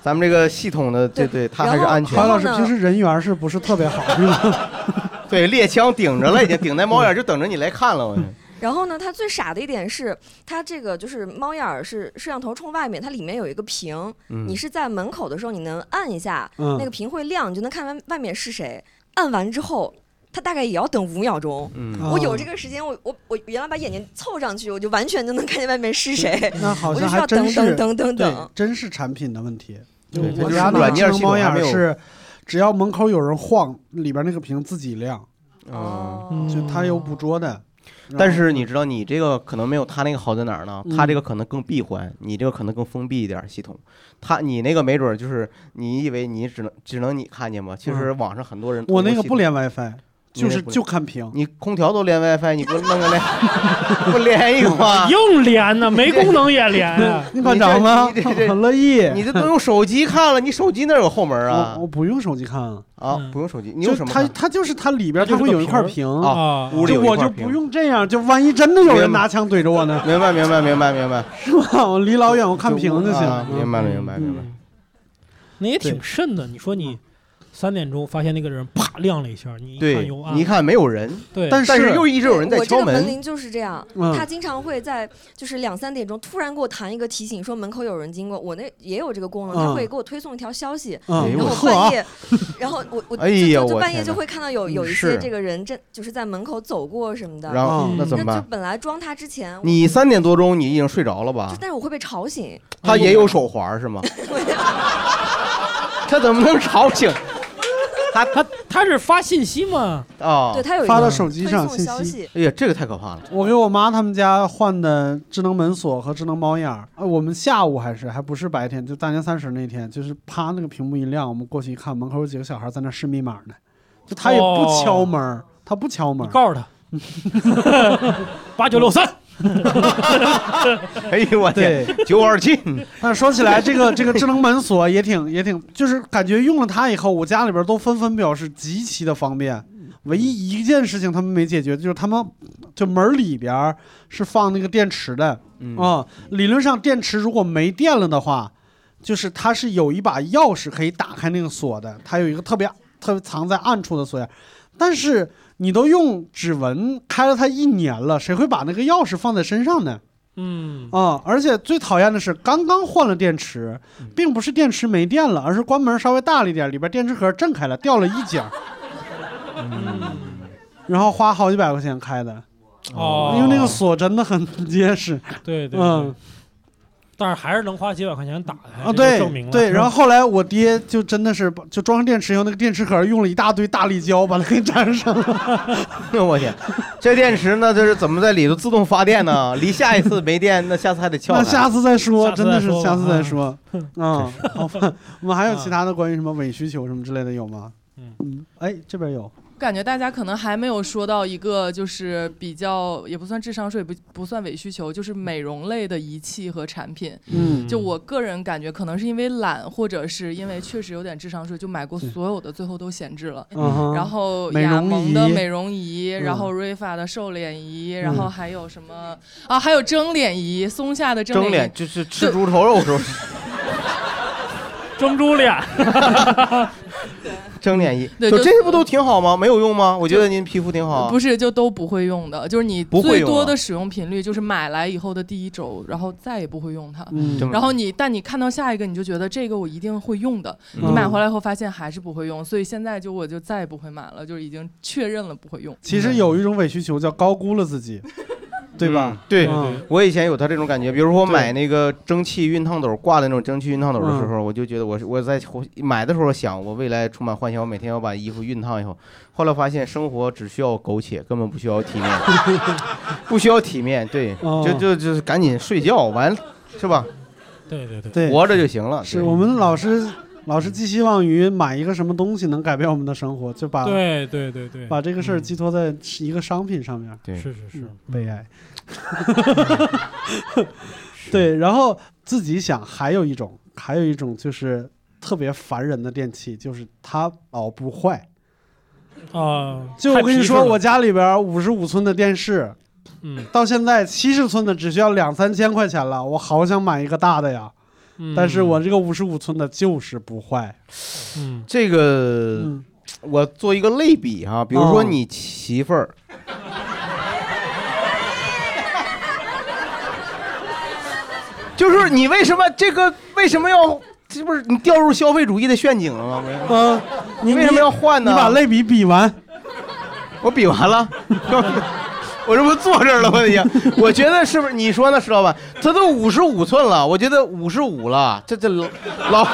咱们这个系统的，对对，它还是安全。白老师平时人缘是不是特别好？ 是吧？对，猎枪顶着了，已经顶在猫眼儿，就等着你来看了。我然后呢，它最傻的一点是，它这个就是猫眼儿是摄像头冲外面，它里面有一个屏，嗯你是在门口的时候你能按一下，嗯那个屏会亮，你就能看外外面是谁。按完之后，它大概也要等五秒钟。嗯我有这个时间，我我我原来把眼睛凑上去，我就完全就能看见外面是谁。 那好像我就需要还真等是等等等对等。真是产品的问题。就对这就我是家那软件个系统猫眼还儿没有是，只要门口有人晃，里边那个屏自己亮，哦，就它有捕捉的。嗯但是你知道，你这个可能没有他那个好在哪儿呢？嗯他这个可能更闭环，你这个可能更封闭一点儿系统。他你那个没准儿就是你以为你只能只能你看见吗？其实嗯网上很多人我那个不连通 WiFi，你那就是不连就看屏。你空调都连 WiFi，你给我弄个连， 不连一个 吗？硬连呢，没功能也连啊。你管着 吗？你这你这 很乐意。你这都用手机看了，你手机那儿有后门啊我？我不用手机看啊。啊，不用手机，你就用什么它看？它就是它里边它就它是会个有一块屏屏儿啊屋里就有一我块就屏不用这样，就万一真的有人明白拿枪怼着我呢，明白，明白，明白，明白。 是吧？我离老远我看屏就行啊了。明白了，明白，明白。那也挺瘆的。你说你三点钟发现那个人啪亮了一下，你一看对有，暗，你一看没有人，对但但是又一直有人在我这敲个门门。铃就是这样，嗯他经常会在就是两三点钟突然给我弹一个提醒，说门口有人经过。我那也有这个功能，他嗯会给我推送一条消息，嗯哎呦然后我我呵啊半夜，然后我我哎呀就就我半天夜就哪嗯会看到有有一是些这个人正就是在门口走过什么的。然后嗯那怎么办就本来装他之前，我你三点多钟你已经睡着了吧就？但是我会被吵醒。嗯哎他也 有手环是吗？他怎么能吵 醒？他他他是发信息吗？啊，对他有一个发到手机上推送消信息息。哎呀，这个太可怕了。 我给我妈他们家换的智能门锁和智能猫眼儿，啊，我们下午还是还不是白天，就大年三十那天，就是啪那个屏幕一亮，我们过去一看，门口有几个小孩在那试密码呢，就他也不哦敲门儿，他不敲门，告诉 他，八九六三。 哎呦我天，九二七。但说起来，这个这个智能门锁也挺也挺，就是感觉用了它以后，我家里边都纷纷表示极其的方便。唯一一件事情他们没解决，就是他们就门里边是放那个电池的啊、嗯理论上电池如果没电了的话，就是它是有一把钥匙可以打开那个锁的，它有一个特别特别藏在暗处的锁眼。但是你都用指纹开了它一年了，谁会把那个钥匙放在身上呢？嗯啊、而且最讨厌的是，刚刚换了电池，嗯并不是电池没电了，而是关门稍微大了一点，里边电池盒震开了，掉了一截儿，嗯然后花好几百块钱开的，哦因为那个锁真的很结实，对对嗯但是还是能花几百块钱打开，啊，这就对证明了对，然后后来我爹就真的是把就装上电池以后，那个电池盒用了一大堆大力胶把它给粘上了， 我天，这电池呢，这是怎么在里头自动发电呢？离下一次没电，那下次还得撬开。那下次再说，真的是下次再再嗯说，啊，好 吧，我们还有其他的关于什么伪需求什么之类的有吗？嗯，哎，这边有。我感觉大家可能还没有说到一个，就是比较也不算智商税，不不算伪需求，就是美容类的仪器和产品。嗯就我个人感觉，可能是因为懒，或者是因为确实有点智商税，就买过所有的，最后都闲置了。嗯哼然后美雅容萌的仪美容仪，嗯然后瑞法的瘦脸仪，然嗯后还有什么啊？还有蒸脸仪，松下的蒸脸脸仪。就是吃猪头肉时候， 蒸猪脸， 蒸脸仪，对就就这些不都挺好吗？没有用吗？我觉得您皮肤挺好啊。不是，就都不会用的，就是你不会最用多啊的使用频率就是买来以后的第一周，然后再也不会用它。嗯这么然后你，但你看到下一个，你就觉得这个我一定会用的。嗯你买回来后发现还是不会用，所以现在就我就再也不会买了，就是已经确认了不会用。其实有一种伪需求叫高估了自己，对吧？对嗯，我以前有他这种感觉，比如说我对买那个蒸汽熨烫斗，挂的那种蒸汽熨烫斗的时嗯候，我就觉得我是我在买的时候想，我未来充满幻想，我每天要把衣服熨烫以后，后来发现生活只需要苟且，根本不需要体 面，不需要体面，对，哦就就就是赶紧睡觉，完是吧？对对对，嗯对，活着就行了。是对我们老是老是寄希望于买一个什么东西能改变我们的生活，就把对对对对把这个事儿寄托在一个商品上面。对是是嗯是，悲哀。对，然后自己想，还有一种，还有一种就是特别烦人的电器，就是它老不坏。啊，就我跟你太皮说，实了我家里边五十五寸的电视，嗯，到现在七十寸的只需要两三千块钱了，我好想买一个大的呀。嗯但是我这个五十五寸的就是不坏。嗯，这个、嗯我做一个类比哈、比如哦说你媳妇 儿，就是你为什么这个为什么要这不是你掉入消费主义的陷阱了吗？嗯，你为什么要换呢？你把类比比完，我比完了， 我这不坐这儿了吗？已经，我觉得是不是你说呢，石老板？他都五十五寸了，我觉得五十五了，这这老老，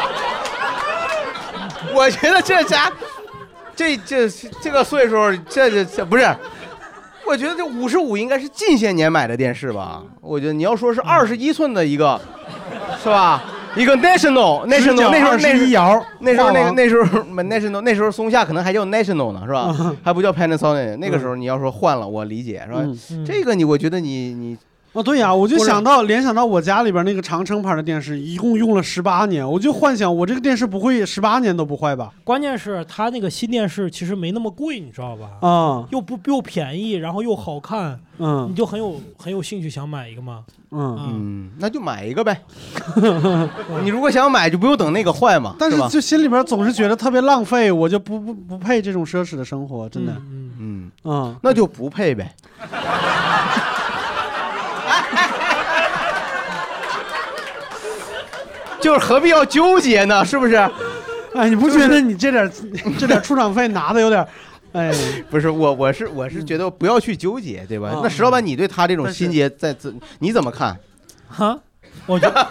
我觉得这家这这这个岁数，这这这不是。我觉得这五十五应该是近些年买的电视吧？我觉得你要说嗯是二十一寸的一个，是吧？一个 national 那时候那时候那时候一摇，那时候那画个廊那时候 national 那时候松下可能还叫 national 呢，是吧？还不叫 Panasonic。那个时候你要说换了，我理解是吧嗯？这个你我觉得你你哦，对呀、我就不是想到联想到我家里边那个长城牌的电视，一共用了十八年，我就幻想我这个电视不会十八年都不坏吧？关键是它那个新电视其实没那么贵，你知道吧？ 啊、又不又便宜，然后又好看，嗯你就很有很有兴趣想买一个嘛。嗯，那就买一个呗。你如果想买，就不用等那个坏嘛。嗯但是是吧就心里边总是觉得特别浪费，我就不不不配这种奢侈的生活，真的。嗯嗯，那就不配呗。就是何必要纠结呢？是不是？哎，你不觉得你这点这点出场费拿的有点，哎，嗯不是我，我是我是觉得不要去纠结，对吧？那石老板，你对他这种心结在怎你怎么看？哈，我觉得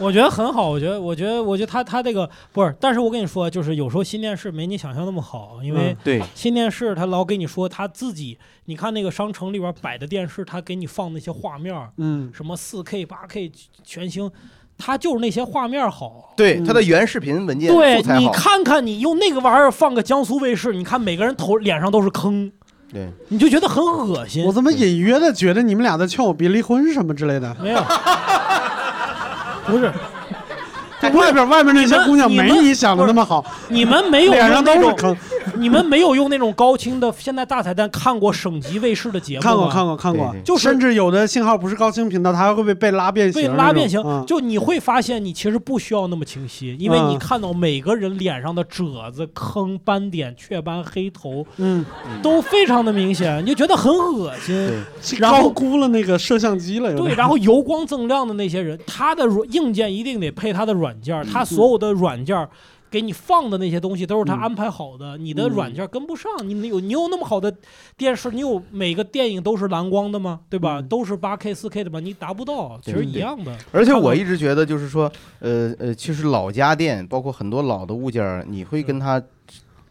我觉得很好，我觉得我觉得我觉得他他这个不是，但是我跟你说，就是有时候新电视没你想象那么好，因为嗯对新电视他老给你说他自己，你看那个商城里边摆的电视，他给你放那些画面儿，嗯什么四 K、八 K 全星，它就是那些画面儿好。嗯嗯对它的原视频文件素材对好你看看，你用那个玩意儿放个江苏卫视，你看每个人头脸上都是坑，对，你就觉得很恶心。我怎么隐约的觉得你们俩在劝我别离婚什么之类的？没有， 不 是。外边外边那些姑娘没你想的那么好，你们没有脸上都是用那坑种，你们没有用那种高清的现在大彩蛋看过省级卫视的节目吗看过看过看过，就是甚至有的信号不是高清频道，它还会被被拉变形被那种，拉变形啊，就你会发现你其实不需要那么清晰，因为嗯你看到每个人脸上的褶子、坑、斑点、雀斑、黑头，嗯，都非常的明显，你就觉得很恶心。然高后估了那个摄像机了，有点对，然后油光锃亮的那些人，他的软硬件一定得配他的软件儿，他所有的软件儿给你放的那些东西都是他安排好的，你的软件儿跟不上。你有你有那么好的电视，你有每个电影都是蓝光的吗？对吧？都是八 K、四 K 的吗？你达不到，其实一样的。而且我一直觉得，就是说，呃呃，其实老家电，包括很多老的物件儿，你会嗯跟它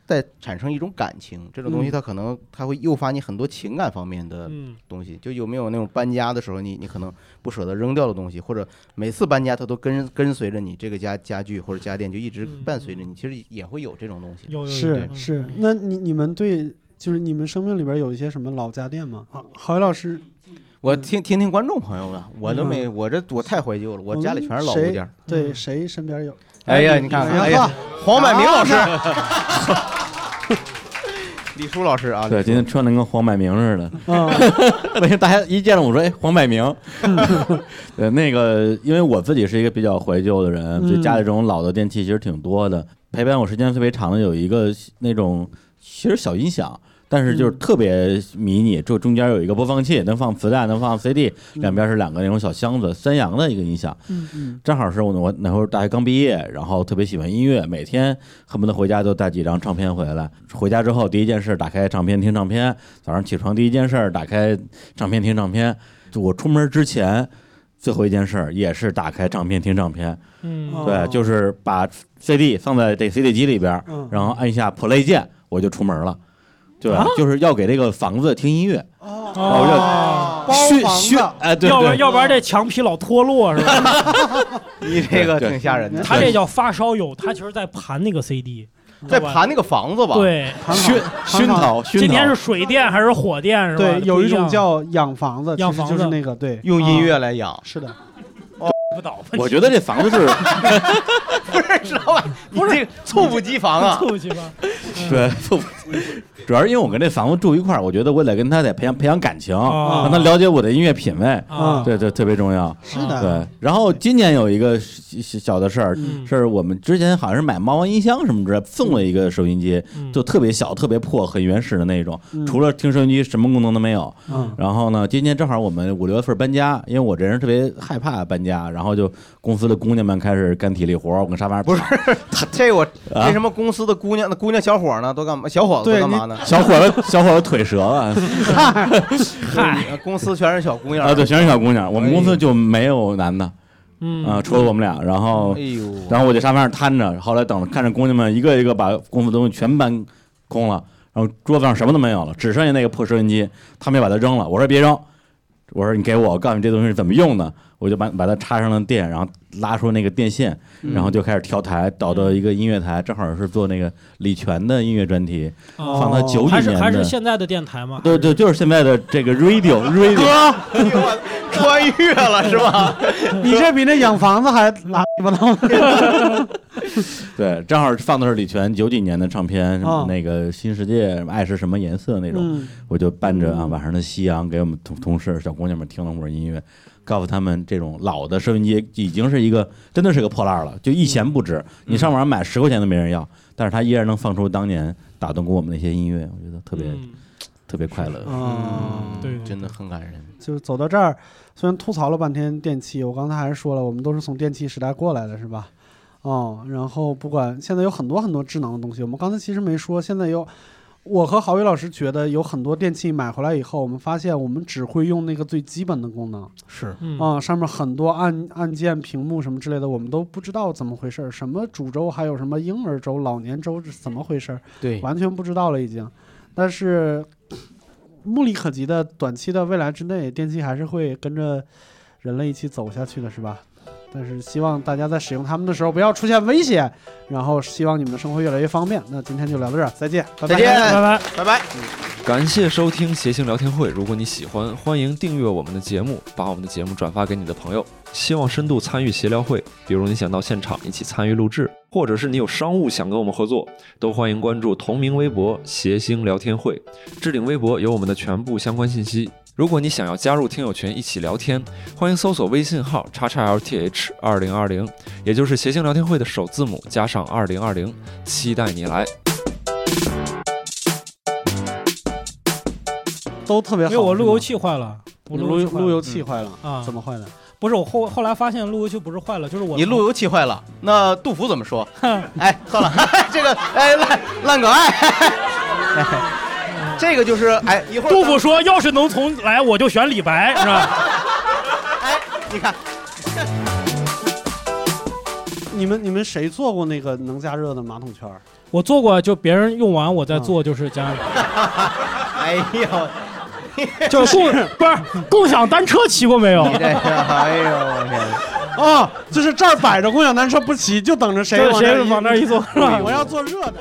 在产生一种感情，这种东西嗯它可能它会诱发你很多情感方面的嗯东西。就有没有那种搬家的时候，你你可能不舍得扔掉的东西，或者每次搬家它都跟跟随着你这个家家具或者家电就一直伴随着嗯你，其实也会有这种东西。 是是，那你你们对就是你们生命里边有一些什么老家电吗？啊，郝宇老师，我听听听观众朋友们，我都没嗯我这我太怀旧了，我家里全是老物件儿。嗯谁对，谁身边有？哎呀，你看看，哎啊呀，黄百鸣老师，李叔老师啊，对，今天穿的跟黄百鸣似的。嗯， 为什么大家一见到我说，哎，黄百鸣？ 对，那个，因为我自己是一个比较怀旧的人，嗯所以家里这种老的电器其实挺多的。陪伴我时间特别长的有一个那种，其实小音响。但是嗯就是特别迷你，就中间有一个播放器，能放磁带，能放 CD，两边是两个那种小箱子，三洋的一个音响。嗯嗯正好是我我那会儿大学刚毕业，然后特别喜欢音乐，每天恨不得回家都带几张唱片回来。回家之后第一件事打开唱片听唱片，早上起床第一件事打开唱片听唱片。就我出门之前最后一件事也是打开唱片听唱片。嗯对，就是把 CD 放在这 CD 机里边儿，嗯然后按一下 play 键，我就出门了。对，啊就是要给这个房子听音乐。哦，血血哎对要不然对要不然这墙皮老脱落是 吧？你这个挺吓人的，他这叫发烧友，他其实在盘那个 CD，在知道吧盘那个房子吧？对，熏熏陶熏今天是陶水电还是火电是吧？对，有不一种样叫养房子，养其实房啊就是子那个对，用音乐来养，是的。不倒吧？我觉得这房子是，不是老板，你这个猝不及防 啊！猝不及防。 对，不主要是因为我跟这房子住一块儿，我觉得我得跟他得培养培养感情，啊让他了解我的音乐品味啊，对对，特别重要。是的对。然后今年有一个小小小的事儿，嗯是我们之前好像是买猫王音箱什么之类，送了一个收音机，就特别小、特别破、很原始的那种，嗯除了听收音机什么功能都没有。嗯然后呢，今年正好我们五六月份搬家，因为我这人特别害怕搬家，然后就公司的姑娘们开始干体力活儿，我跟沙发上不是这我啊这什么公司的姑娘、那姑娘小伙儿呢，都干嘛？小伙子都对干嘛你 呢？ 小伙 子，小伙子腿折了。嗨，嗯公司全是小姑娘啊，对，全是小姑娘。我们公司就没有男的，嗯啊，除了我们俩。然后哎呦，然后我就沙发上瘫着，后来等着看着姑娘们一个一个把公司的东西全搬空了，然后桌子上什么都没有了，只剩下那个破收音机，他们也把它扔了。我说别扔，我说你给我，我告诉你这东西是怎么用的。我就把把它插上了电，然后拉出那个电线，嗯然后就开始调台，导到一个音乐台，正好是做那个李泉的音乐专题，哦放到九几还年是的。还是现在的电台吗？对对，就是现在的这个 radio radio。 穿越了是吧？ 你这比那养房子还拉不倒。 对，正好放的是李泉九几年的唱片，什么哦那个《新世界》什么《爱是什么颜色》那种嗯，我就伴着啊晚上的夕阳给我们同同事小姑娘们听了会儿音乐，告诉他们这种老的收音机已经是一个真的是个破烂儿了，就一钱不值，嗯你上网上买十块钱都没人要，但是它依然能放出当年打动过我们那些音乐，我觉得特别嗯特别快乐。哦嗯对真的很感人。就是走到这儿，虽然吐槽了半天电器，我刚才还是说了，我们都是从电器时代过来的，是吧？哦，然后不管现在有很多很多智能的东西，我们刚才其实没说，现在有。我和郝宇老师觉得有很多电器买回来以后，我们发现我们只会用那个最基本的功能，是嗯啊、上面很多按按键、屏幕什么之类的，我们都不知道怎么回事儿，什么主轴，还有什么婴儿轴、老年轴是怎么回事儿，对完全不知道了已经。但是目力可及的短期的未来之内，电器还是会跟着人类一起走下去的，是吧？但是希望大家在使用它们的时候不要出现危险，然后希望你们的生活越来越方便。那今天就聊到这儿，再见，拜拜再见拜拜，拜拜。感谢收听谐星聊天会。如果你喜欢，欢迎订阅我们的节目，把我们的节目转发给你的朋友。希望深度参与协聊会，比如你想到现场一起参与录制，或者是你有商务想跟我们合作，都欢迎关注同名微博“谐星聊天会”，置顶微博有我们的全部相关信息。如果你想要加入听友群一起聊天，欢迎搜索微信号叉叉 LTH 二零二零，也就是谐星聊天会的首字母加上二零二零，期待你来。都特别好。因为我路由器坏了，我你路由路器坏路了由器坏了啊怎么坏的？不是我后后来发现路由器不是坏了，就是我你路由器坏了，那杜甫怎么说？哎，算了， 这个哎烂烂梗哎，哎这个就是哎一会嗯儿杜甫说：“要是能重来，我就选李白，是吧 你看。你们你们谁做过那个能加热的马桶圈儿？？”我做过，就别人用完嗯我再做，就是加哎呦， 就共不是共享单车骑过没 有？你这是哎呦我天！啊，就是这儿摆着共享单车不骑，就等着谁对往谁这儿 往那儿一坐是吧我要做热的。